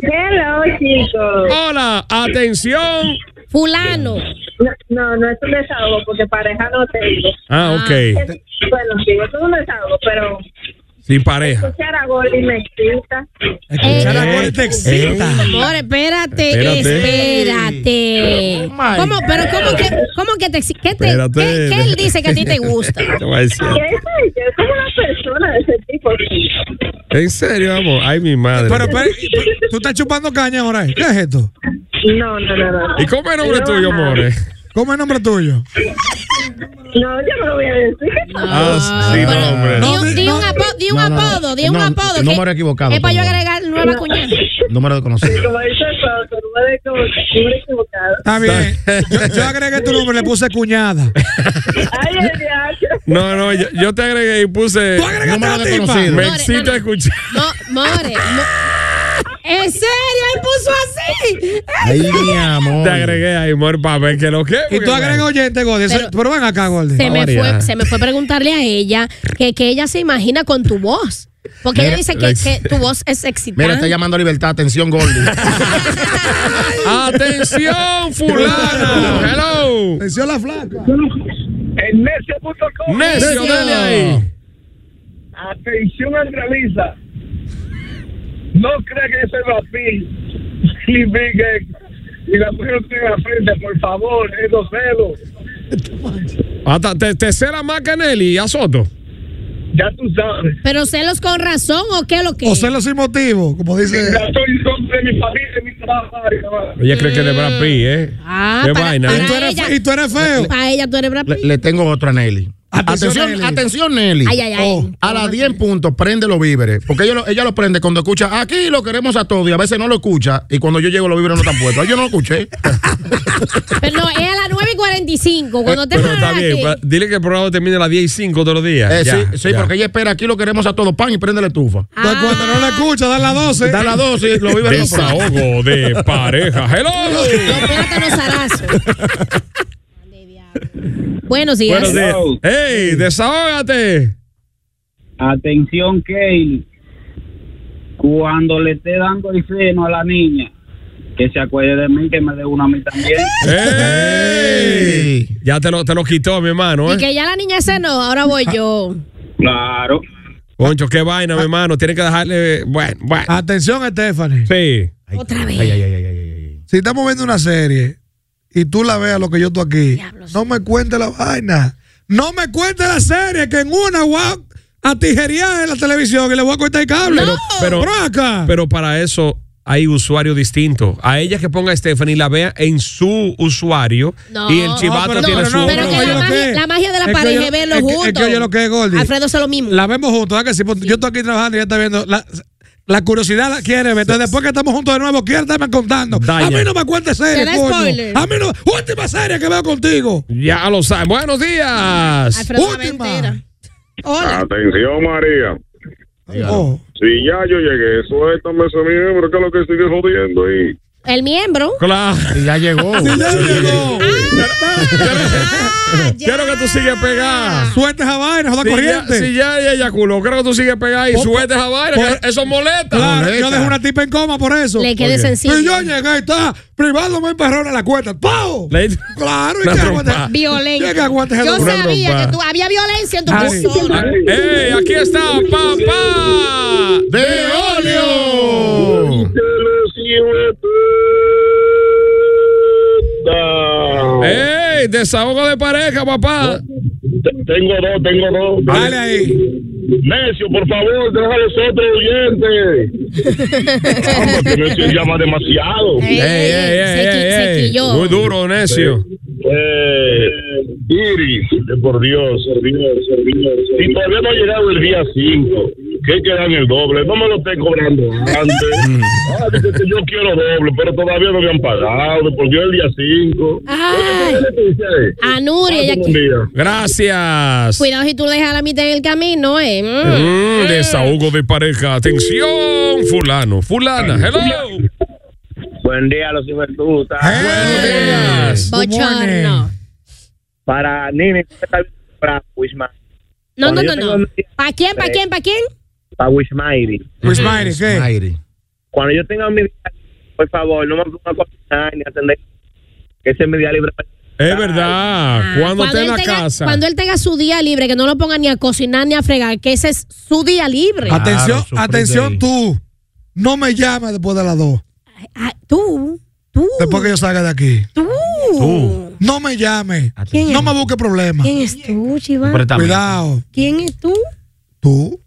Speaker 4: Hello, chicos.
Speaker 2: Hola, atención.
Speaker 6: Fulano.
Speaker 4: No, no es un desahogo porque pareja no tengo.
Speaker 2: Ah, ok.
Speaker 4: Es- Bueno, sí, eso es un desahogo, pero
Speaker 2: Sin pareja.
Speaker 4: escuchar a Goli me excita.
Speaker 5: Escuchar a Goli te excita.
Speaker 6: Eh, Amor, espérate,
Speaker 2: Espérate.
Speaker 6: espérate. ¿Cómo, pero cómo que, cómo que te, exi- qué te-
Speaker 2: Espérate.
Speaker 6: qué- qué él dice que a ti te gusta?
Speaker 2: Te voy a decir.
Speaker 4: ¿Qué es ella? Es como una persona de ese tipo.
Speaker 2: En serio, amor. Ay, mi madre.
Speaker 5: Pero, pero, pero, tú estás chupando caña ahora. ¿eh? ¿Qué es esto?
Speaker 4: No, no, no, no.
Speaker 2: ¿Y cómo es el nombre
Speaker 4: No,
Speaker 2: tuyo,
Speaker 4: ajá.
Speaker 2: amor?
Speaker 5: ¿Cómo es el nombre tuyo?
Speaker 4: No, yo no lo voy a decir.
Speaker 2: Ah, sí,
Speaker 6: pero-
Speaker 2: nombre.
Speaker 6: Di un, di un apo- di un
Speaker 3: No, no, no.
Speaker 6: apodo, di un
Speaker 3: No,
Speaker 6: apodo. que
Speaker 3: número equivocado,
Speaker 6: Es para yo
Speaker 3: por favor.
Speaker 6: agregar nueva cuñada.
Speaker 3: Número de conocido.
Speaker 4: Como dice el otro, no me como estoy equivocado.
Speaker 5: Está bien. Yo, yo agregué tu nombre, le puse cuñada.
Speaker 4: Ay, el diacho.
Speaker 2: No, no, yo, yo te agregué y puse.
Speaker 5: Tú agregaste a la tipa.
Speaker 2: Me
Speaker 6: More, no,
Speaker 2: excita
Speaker 6: no.
Speaker 2: escuchar.
Speaker 6: Mo- more. mo- ¿En serio? Él puso así.
Speaker 3: Ay, mi amor.
Speaker 2: Te agregué ahí, amor, para ver que lo que.
Speaker 5: Y tú agregas oyente, Gordy. Eso-
Speaker 6: Pero-
Speaker 5: Pero, ven acá, Gordy.
Speaker 6: Se me,
Speaker 2: variar.
Speaker 6: fue, se me fue preguntarle a ella que, que ella se imagina con tu voz. Porque
Speaker 3: Mira,
Speaker 6: ella dice que,
Speaker 3: Lex.
Speaker 6: que tu voz es excitante.
Speaker 3: Mira, está llamando a libertad. Atención, Goldie.
Speaker 5: [LAUGHS]
Speaker 2: Atención,
Speaker 6: [LAUGHS]
Speaker 2: fulana. Hello.
Speaker 5: Atención la flaca.
Speaker 7: En necio.com.
Speaker 2: Necio, dale ahí.
Speaker 7: Atención, entrevista. No cree que yo soy vapil. Y Miguel, y la mujer no tiene la frente, por favor, es dos celos.
Speaker 2: Hasta te, te cela más que Nelly y a Soto.
Speaker 7: Ya tú sabes.
Speaker 6: Pero celos con razón o qué lo que.
Speaker 5: O celos sin motivo, como dice.
Speaker 7: Ya estoy en contra de mi familia y mi trabajo. ay, no.
Speaker 2: Ella cree que es de Brad Pitt, ¿eh?
Speaker 6: Ah,
Speaker 2: Qué
Speaker 6: para,
Speaker 2: vaina,
Speaker 6: para
Speaker 2: ¿eh?
Speaker 5: Tú eres
Speaker 6: ella.
Speaker 5: fe- y tú eres feo.
Speaker 6: Para ella tú eres Brad
Speaker 3: Le,
Speaker 6: Pitt.
Speaker 3: le tengo otro a Nelly.
Speaker 5: Atención,
Speaker 3: Atención,
Speaker 5: Nelly.
Speaker 3: atención, Nelly. Oh,
Speaker 6: Ay, ay, ay.
Speaker 3: A las 10 puntos prende los víveres. Porque ella lo, ella lo prende cuando escucha, aquí lo queremos a todos. Y a veces no lo escucha. Y cuando yo llego, los víveres no están puestos. Ay, Yo no lo
Speaker 2: [LAUGHS]
Speaker 3: escuché.
Speaker 6: Pero no, es a las 9 y 45. Cuando te
Speaker 2: Eh, Pero está
Speaker 6: paras
Speaker 2: bien.
Speaker 6: aquí.
Speaker 2: pa- Dile que el programa termina a las 10 y 5 todos los días.
Speaker 3: Eh,
Speaker 2: Ya,
Speaker 3: sí, sí
Speaker 2: ya.
Speaker 3: porque ella espera, aquí lo queremos a todos. Pan y prende la estufa.
Speaker 5: Pues Cuando no la escucha, dan las 12.
Speaker 3: Da las 12 y los víveres no prenden.
Speaker 2: Desahogo de pareja. Hello.
Speaker 6: Espérate, no zarazo. [LAUGHS] Buenos días.
Speaker 2: Buenos días. ¡Ey, desahógate!
Speaker 1: Atención, Kale. Cuando le esté dando el seno a la niña, que se acuerde de mí, que me dé una a mí también.
Speaker 2: ¡Ey! Ya te lo, te lo quitó, mi hermano,
Speaker 6: Y
Speaker 2: ¿eh?
Speaker 6: que ya la niña se no, ahora voy yo.
Speaker 1: Claro.
Speaker 2: Concho, qué vaina, mi hermano. Tienen que dejarle. Bueno, bueno.
Speaker 5: Ah. Atención, Stephanie.
Speaker 2: Sí.
Speaker 6: Otra vez.
Speaker 5: Si estamos viendo una serie y tú la veas lo que yo estoy aquí, no me cuentes la vaina. No me cuentes la serie que en una voy a, a tijerear en la televisión y le voy a cortar el cable.
Speaker 2: Pero, pero, pero para eso hay usuario distinto. A ella que ponga Stephanie y la vea en su usuario.
Speaker 6: No.
Speaker 2: y el chivato
Speaker 6: No, pero-
Speaker 2: tiene
Speaker 6: pero
Speaker 2: su
Speaker 6: no, pero
Speaker 2: uno.
Speaker 6: que la magia- la magia de la pareja es verlo
Speaker 5: es que-
Speaker 6: juntos.
Speaker 5: Es que oye lo que es, Goldie.
Speaker 6: Alfredo hace lo mismo.
Speaker 5: La vemos juntos, ¿verdad que sí? Porque Yo estoy aquí trabajando y ya está viendo. La, la curiosidad la quiere ver. Entonces, después que estamos juntos de nuevo, quiere estarme contando.
Speaker 2: Daña.
Speaker 5: A mí no me cuentes
Speaker 6: Te
Speaker 5: serie,
Speaker 6: da
Speaker 5: coño.
Speaker 6: spoiler.
Speaker 5: A mí no. Última serie que veo contigo.
Speaker 2: Ya lo saben. Buenos días.
Speaker 6: Alfredo la
Speaker 5: Última.
Speaker 6: mentira. Hola.
Speaker 2: Ah,
Speaker 8: Atención, María.
Speaker 2: Oh.
Speaker 8: Si ya yo llegué, suéltame ese miembro, que es lo que sigue jodiendo ahí.
Speaker 6: El miembro.
Speaker 2: Claro.
Speaker 3: Y ya llegó.
Speaker 6: Ah,
Speaker 2: Quiero que tú sigas pegada.
Speaker 5: Suelta esa vaina, joda
Speaker 2: Si
Speaker 5: corriente.
Speaker 2: ya, si ya ella eyaculó, creo que tú sigues pegada y
Speaker 5: Por-
Speaker 2: suelta esa vaina.
Speaker 5: por-
Speaker 2: que eso molesta.
Speaker 5: Claro, yo
Speaker 2: Molesta.
Speaker 5: dejé una tipa en coma por eso.
Speaker 6: Le quedé
Speaker 5: Oye.
Speaker 6: sencillo.
Speaker 5: Y yo llegué y está privado me emperró en la cuenta. ¡Pau!
Speaker 2: Le-
Speaker 5: Claro, y
Speaker 2: Una
Speaker 5: que aguante.
Speaker 2: trompa.
Speaker 5: Yo que aguante
Speaker 6: Violento.
Speaker 5: ese
Speaker 6: Yo
Speaker 5: dolor.
Speaker 6: sabía que tú había violencia
Speaker 2: Ah,
Speaker 6: en tu persona.
Speaker 2: ¡Ey! Aquí está, papá de óleo.
Speaker 5: Eh.
Speaker 2: ¡Ey! Desahogo de pareja, papá.
Speaker 14: Tengo dos, tengo dos.
Speaker 5: Dale ahí.
Speaker 14: Necio, por favor, déjale ser otro oyente. Ah, porque Necio llama demasiado.
Speaker 2: Ey, ey, ey, ey, ey. Muy duro, necio.
Speaker 14: Eh, Iris, eh, por Dios, por Dios, por Dios. Si todavía no ha llegado el día 5, ¿qué queda en el doble? No me lo esté cobrando antes. Ah, dice que yo quiero doble, pero todavía no me han pagado. Por Dios, el día 5.
Speaker 6: Ay. A Nuria, ella
Speaker 14: Buen día.
Speaker 2: Gracias.
Speaker 6: Cuidado si tú dejas la mitad en el camino, eh. Mm.
Speaker 2: Mm, desahogo de pareja. Atención, fulano, fulana. Hello.
Speaker 14: Buen día, los cibertutas.
Speaker 2: Buenos días.
Speaker 6: Bochorno.
Speaker 14: Para Nini, para Wisman.
Speaker 6: No, no,
Speaker 14: Cuando
Speaker 6: no,
Speaker 14: yo tengo
Speaker 6: no. ¿Para quién? ¿Para quién? ¿Para quién?
Speaker 14: Para Wismairi.
Speaker 5: Wismairi, ¿qué?
Speaker 14: Cuando yo tenga mi día, por favor, no me ponga a cocinar ni a atender. Ese es mi día libre.
Speaker 2: Es verdad. Cuando esté en la
Speaker 6: tenga,
Speaker 2: casa.
Speaker 6: Cuando Ah, él tenga su día libre, que no lo ponga ni a cocinar ni a fregar, que ese es su día libre.
Speaker 2: Ah.
Speaker 5: Atención, atención tú. No me llames después de las dos.
Speaker 6: Ah, tú,
Speaker 5: Después que yo salga de aquí.
Speaker 6: tú.
Speaker 5: No me llames.
Speaker 6: ¿Quién
Speaker 5: No
Speaker 6: es?
Speaker 5: me busques problemas.
Speaker 6: ¿Quién es tú, Chiva?
Speaker 5: Cuidado.
Speaker 6: ¿Quién es tú?
Speaker 5: Tú.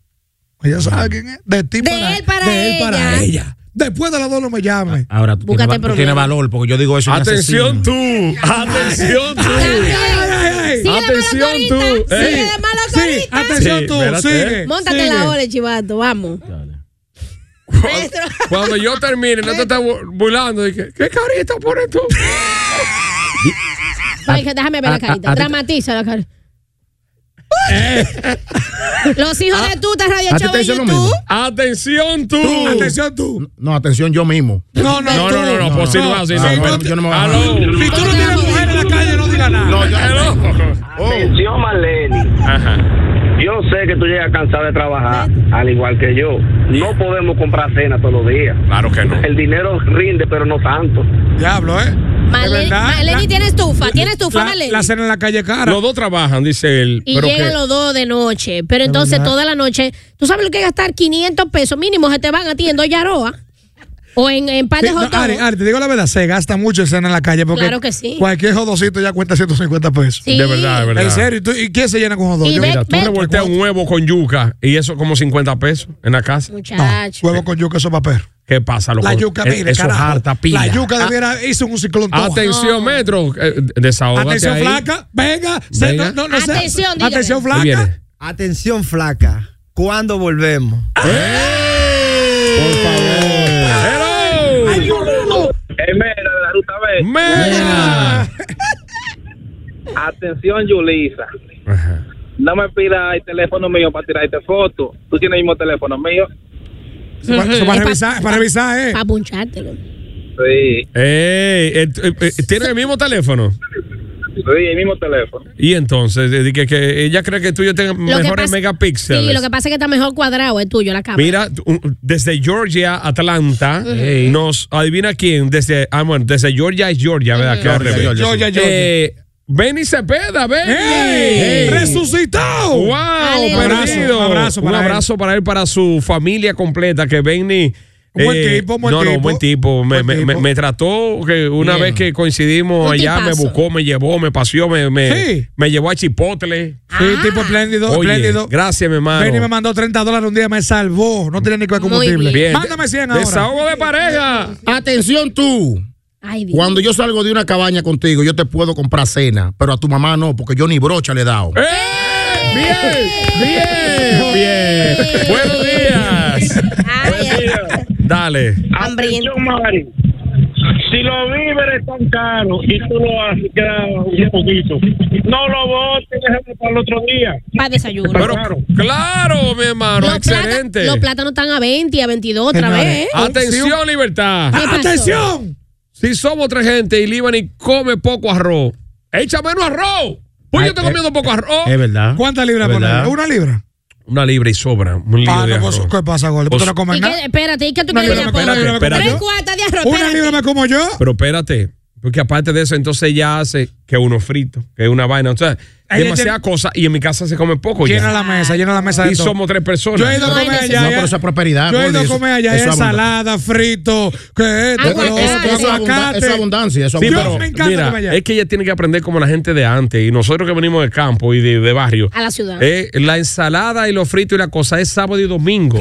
Speaker 5: Ella sabe quién es. De ti
Speaker 6: De
Speaker 5: para,
Speaker 6: él para
Speaker 5: de él para
Speaker 6: ella.
Speaker 5: ella. Después de las dos no me llames.
Speaker 3: Ahora tú tienes,
Speaker 6: Búscate
Speaker 3: va- tú
Speaker 6: problemas.
Speaker 3: tienes valor, porque yo digo eso. y me
Speaker 2: Atención tú. Atención
Speaker 6: [LAUGHS]
Speaker 2: tú. Atención tú.
Speaker 6: Sigue
Speaker 2: Ey.
Speaker 6: de mala
Speaker 5: Sí,
Speaker 6: carita.
Speaker 5: atención
Speaker 2: Sí,
Speaker 5: tú.
Speaker 2: espérate.
Speaker 5: Sigue.
Speaker 6: Móntate
Speaker 5: sigue.
Speaker 6: la hora, chivato, vamos.
Speaker 2: Cuando yo termine, no te estás bu- burlando. de que, ¿Qué carita pones tú?
Speaker 6: Ay, que déjame ver
Speaker 3: a-
Speaker 6: la carita.
Speaker 3: a- a-
Speaker 6: Dramatiza la carita. Los hijos de tú te radio
Speaker 3: ¿a ti ah, te
Speaker 6: show
Speaker 3: dicen
Speaker 6: en
Speaker 3: lo
Speaker 6: YouTube.
Speaker 3: mismo?
Speaker 2: Atención tú.
Speaker 3: Tú.
Speaker 5: Atención tú.
Speaker 3: No, atención yo mismo.
Speaker 5: No, no,
Speaker 2: No,
Speaker 5: tú.
Speaker 2: no, no, no, por si no, así
Speaker 3: Ah,
Speaker 2: no.
Speaker 3: bueno, yo no me voy a
Speaker 2: Aló.
Speaker 5: Si tú no tienes mujer en la calle, no digas nada.
Speaker 3: No, yo
Speaker 2: Hello.
Speaker 3: Oh.
Speaker 14: Atención, Marlene. Yo sé que tú llegas cansado de trabajar, al igual que yo. No podemos comprar cena todos los días.
Speaker 2: Claro que no.
Speaker 14: El dinero rinde, pero no tanto.
Speaker 5: Diablo, ¿eh? De
Speaker 6: Marlene,
Speaker 5: verdad,
Speaker 6: Marlene
Speaker 5: la-
Speaker 6: tiene estufa, tiene estufa,
Speaker 5: La,
Speaker 6: Marlene.
Speaker 5: la cena en la calle cara.
Speaker 2: Los dos trabajan, dice él.
Speaker 6: y
Speaker 2: pero
Speaker 6: llegan
Speaker 2: que-
Speaker 6: los dos de noche. Pero entonces
Speaker 5: verdad.
Speaker 6: toda la noche, ¿tú sabes lo que es gastar 500 pesos mínimo? Se te van a ti en dos yaroa o en, en par
Speaker 5: Sí,
Speaker 6: de
Speaker 5: no,
Speaker 6: hot dog.
Speaker 5: Ari, Ari, te digo la verdad, se gasta mucho en cena en la calle porque
Speaker 6: Claro que sí.
Speaker 5: cualquier jodocito ya cuenta 150 pesos.
Speaker 6: Sí.
Speaker 2: De verdad, de verdad.
Speaker 5: En serio, ¿y, tú- y quién se llena con jodón?
Speaker 6: Y
Speaker 5: Yo-
Speaker 6: ve-
Speaker 2: Mira, tú
Speaker 6: ve-
Speaker 2: revolteas un huevo con yuca y eso como 50 pesos en la casa.
Speaker 6: Muchacho.
Speaker 5: Huevo con yuca, eso es papel.
Speaker 2: ¿Qué pasa, loco?
Speaker 5: La yuca,
Speaker 2: Eh,
Speaker 5: mire,
Speaker 2: Eso
Speaker 5: carajo.
Speaker 2: harta pila.
Speaker 5: La yuca
Speaker 6: Ah.
Speaker 5: debiera hizo un ciclón
Speaker 2: Ah,
Speaker 5: todo.
Speaker 2: Atención, metro. eh, desahógate
Speaker 5: Atención,
Speaker 2: ahí.
Speaker 5: flaca. Venga. se-
Speaker 2: Venga.
Speaker 5: no, no, no sé.
Speaker 6: Atención, dígame.
Speaker 5: Atención,
Speaker 2: Ahí viene.
Speaker 5: flaca.
Speaker 20: Atención, flaca. ¿Cuándo volvemos?
Speaker 2: ¡Eh! Por favor. Hello.
Speaker 14: Mera de Eh, la ruta B.
Speaker 2: Mera.
Speaker 14: Atención, Yulisa. No me pidas el teléfono mío para tirarte foto. Tú tienes el mismo teléfono mío.
Speaker 5: Eso pa- eso
Speaker 6: Es
Speaker 5: Para
Speaker 6: pa-
Speaker 5: revisar, para revisar, eh.
Speaker 6: Para punchártelo.
Speaker 14: Sí.
Speaker 2: Ey, eh, eh, eh, ¿tienen el mismo teléfono?
Speaker 19: Sí, el mismo teléfono.
Speaker 2: Y entonces, eh, que, que ella cree que el tuyo tenga
Speaker 6: que
Speaker 2: mejores
Speaker 6: pasa-
Speaker 2: megapíxeles.
Speaker 6: Sí, lo que pasa es que está mejor cuadrado, es tuyo la cámara.
Speaker 2: Mira, tú, un- desde Georgia, Atlanta,
Speaker 6: Ujú.
Speaker 2: nos adivina quién, desde, ah, bueno, desde Georgia es Georgia, ¿verdad? Que al
Speaker 3: Georgia,
Speaker 2: revés.
Speaker 3: Georgia, Georgia.
Speaker 2: Eh, Benny Cepeda, Benny.
Speaker 5: ¡Ey! ¡Resucitado!
Speaker 2: ¡Wow!
Speaker 5: Dale.
Speaker 2: perdido.
Speaker 5: Un abrazo para
Speaker 2: Un
Speaker 5: él.
Speaker 2: abrazo para él, para su familia completa, que Benny. eh,
Speaker 5: Un buen tipo, un buen
Speaker 2: no, No,
Speaker 5: tipo.
Speaker 2: buen tipo. Me, me- me- me trató que una
Speaker 3: Bien.
Speaker 2: vez que coincidimos
Speaker 3: Un
Speaker 2: allá, me
Speaker 3: tipazo.
Speaker 2: buscó, me llevó, me paseó, me, me,
Speaker 5: Sí.
Speaker 2: me llevó a Chipotle.
Speaker 5: Sí, tipo espléndido,
Speaker 2: Oye,
Speaker 5: espléndido.
Speaker 2: Gracias, mi hermano.
Speaker 5: Benny me mandó 30 dólares un día, me salvó. No tenía ni de combustible.
Speaker 3: bien.
Speaker 5: Mándame 100 ahora.
Speaker 3: Desahogo de pareja. Atención tú.
Speaker 6: Ay, Dios.
Speaker 3: Cuando yo salgo de una cabaña contigo, yo te puedo comprar cena, pero a tu mamá no, porque yo ni brocha le he dado.
Speaker 5: ¡Eh!
Speaker 2: Bien, bien. ¡Eh! Buenos días.
Speaker 6: eh,
Speaker 2: Dale.
Speaker 5: Ah,
Speaker 14: Atención, Mari. Si los víveres están caros y tú lo haces, queda un poquito. No lo botes, déjalo para el otro día.
Speaker 6: Para desayuno.
Speaker 14: Pero,
Speaker 2: Claro, mi hermano.
Speaker 6: Los plata-
Speaker 2: excelente.
Speaker 6: los plátanos están a 20 y a 22 otra
Speaker 2: Señores, Ah,
Speaker 6: vez. ¿eh?
Speaker 2: Atención, libertad.
Speaker 6: ¿Qué pasó?
Speaker 2: Atención. Si somos tres gente y Libani come poco arroz, echa menos arroz. Pues yo
Speaker 5: Eh,
Speaker 2: estoy comiendo poco arroz.
Speaker 3: Es verdad.
Speaker 5: ¿Cuántas libras
Speaker 2: Es verdad.
Speaker 5: ponemos? ¿Una libra?
Speaker 2: Una libra y sobra. Un libro
Speaker 5: Ah,
Speaker 2: de
Speaker 5: no, pues,
Speaker 2: arroz.
Speaker 5: ¿qué pasa, gordo? ¿Tú
Speaker 2: Pues-
Speaker 5: te la comes
Speaker 6: ¿Y
Speaker 5: nada?
Speaker 6: qué- espérate, ¿y qué tú
Speaker 5: Una
Speaker 6: quieres
Speaker 5: libra
Speaker 6: que
Speaker 5: me-
Speaker 6: ponga?
Speaker 2: espérate, espérate.
Speaker 6: Tres cuartas de arroz.
Speaker 5: ¿Una
Speaker 6: espérate.
Speaker 5: libra me como yo?
Speaker 2: Pero espérate, porque aparte de eso, entonces ella hace que uno frito, que una vaina. O sea,
Speaker 5: Ella
Speaker 2: demasiadas cosas y en mi casa se come poco
Speaker 5: Llena
Speaker 2: ya.
Speaker 5: la mesa, llena la mesa de
Speaker 2: y
Speaker 5: todo.
Speaker 2: somos tres personas.
Speaker 5: Yo he ido a comer allá.
Speaker 3: No,
Speaker 5: y-
Speaker 3: pero eso es prosperidad.
Speaker 5: Yo he
Speaker 3: gordo,
Speaker 5: ido a
Speaker 3: eso-
Speaker 5: comer allá.
Speaker 3: eso es
Speaker 5: Ensalada, frito, que esto, que lo
Speaker 3: abundancia. Eso- eso es
Speaker 5: otro,
Speaker 3: abundancia,
Speaker 5: aguacate.
Speaker 3: eso es abundancia. eso es
Speaker 2: Sí,
Speaker 3: abundancia.
Speaker 2: pero
Speaker 5: me encanta
Speaker 2: mira,
Speaker 5: comer allá.
Speaker 2: es que ella tiene que aprender como la gente de antes y nosotros que venimos del campo y de, de barrio.
Speaker 6: A la ciudad.
Speaker 2: Eh, la ensalada y los fritos y la cosa es sábado y
Speaker 6: [LAUGHS]
Speaker 2: domingo.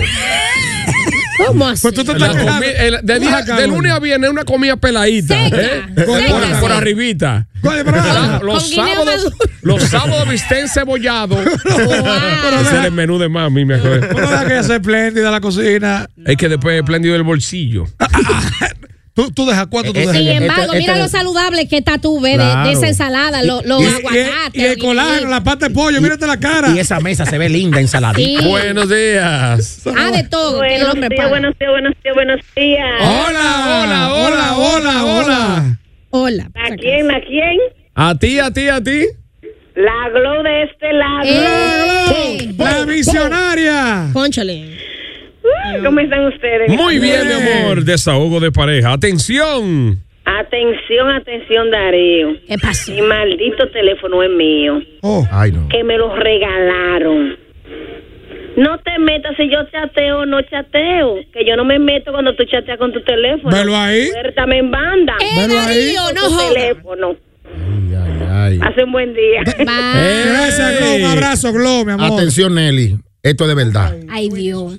Speaker 6: ¿Cómo así?
Speaker 5: Pues tú te
Speaker 2: La
Speaker 5: estás quejando.
Speaker 2: comi- el- de, día-
Speaker 5: Acá,
Speaker 2: de
Speaker 5: gordo.
Speaker 2: lunes a viernes es una comida peladita.
Speaker 6: Seca,
Speaker 2: ¿eh?
Speaker 6: seca,
Speaker 2: Por-
Speaker 6: sí.
Speaker 2: por, por arribita.
Speaker 3: [LAUGHS]
Speaker 5: Oye, pero-
Speaker 2: La- los,
Speaker 6: Con guineo
Speaker 2: sábados,
Speaker 6: maduro.
Speaker 2: los sábados bistec
Speaker 5: [LAUGHS]
Speaker 2: cebollado. Ese era el menú de mami, me acuerdo.
Speaker 5: Tú no dejas que ella sea espléndida la cocina.
Speaker 2: Es que después espléndido el bolsillo.
Speaker 5: ¿Tú, tú dejas cuánto tú
Speaker 3: Eh,
Speaker 5: dejas?
Speaker 3: eh,
Speaker 6: Sin
Speaker 3: Esto-
Speaker 6: embargo,
Speaker 3: esto
Speaker 6: mira
Speaker 3: es-
Speaker 6: lo saludable que está tú, ve, de- de,
Speaker 3: Claro.
Speaker 6: esa ensalada, lo- los
Speaker 5: Y- y-
Speaker 6: aguacates.
Speaker 5: Y el colágeno, la pata de pollo, mírate la cara.
Speaker 3: Y esa mesa se ve linda, ensalada.
Speaker 6: Sí.
Speaker 2: Buenos días.
Speaker 6: Ah, de todo. que el
Speaker 4: Buenos
Speaker 6: hombre
Speaker 4: días,
Speaker 6: paga.
Speaker 4: buenos días, buenos días, buenos días.
Speaker 2: Oh, Hola, hola, hola, hola, hola.
Speaker 6: Hola.
Speaker 4: ¿A quién? ¿A quién?
Speaker 2: A ti, a ti, a ti.
Speaker 4: La Glow de este lado.
Speaker 6: ¡Eh!
Speaker 5: La visionaria.
Speaker 6: Cónchale.
Speaker 4: Uh, ¿Cómo están ustedes?
Speaker 2: Muy bien, mi amor. Desahogo de pareja. Atención.
Speaker 4: Atención, atención, Darío.
Speaker 6: ¿Qué pasó?
Speaker 4: Mi maldito teléfono es mío.
Speaker 5: Oh,
Speaker 3: Ay, no.
Speaker 4: Que me lo regalaron. No te metas si yo chateo o no chateo. Que yo no me meto cuando tú chateas con tu teléfono.
Speaker 5: Velo ahí.
Speaker 4: Suéltame en banda.
Speaker 6: ¡Eh,
Speaker 5: Velo ahí.
Speaker 6: Darío, no
Speaker 4: Tu
Speaker 6: jodas!
Speaker 4: teléfono.
Speaker 3: Ay, ay, ay.
Speaker 4: Hace un buen día.
Speaker 5: Eh.
Speaker 6: Bye.
Speaker 2: Ey.
Speaker 5: Gracias, Glo. Un abrazo, Glo, mi amor.
Speaker 3: Atención, Nelly. Esto es de verdad.
Speaker 6: Ay, Dios.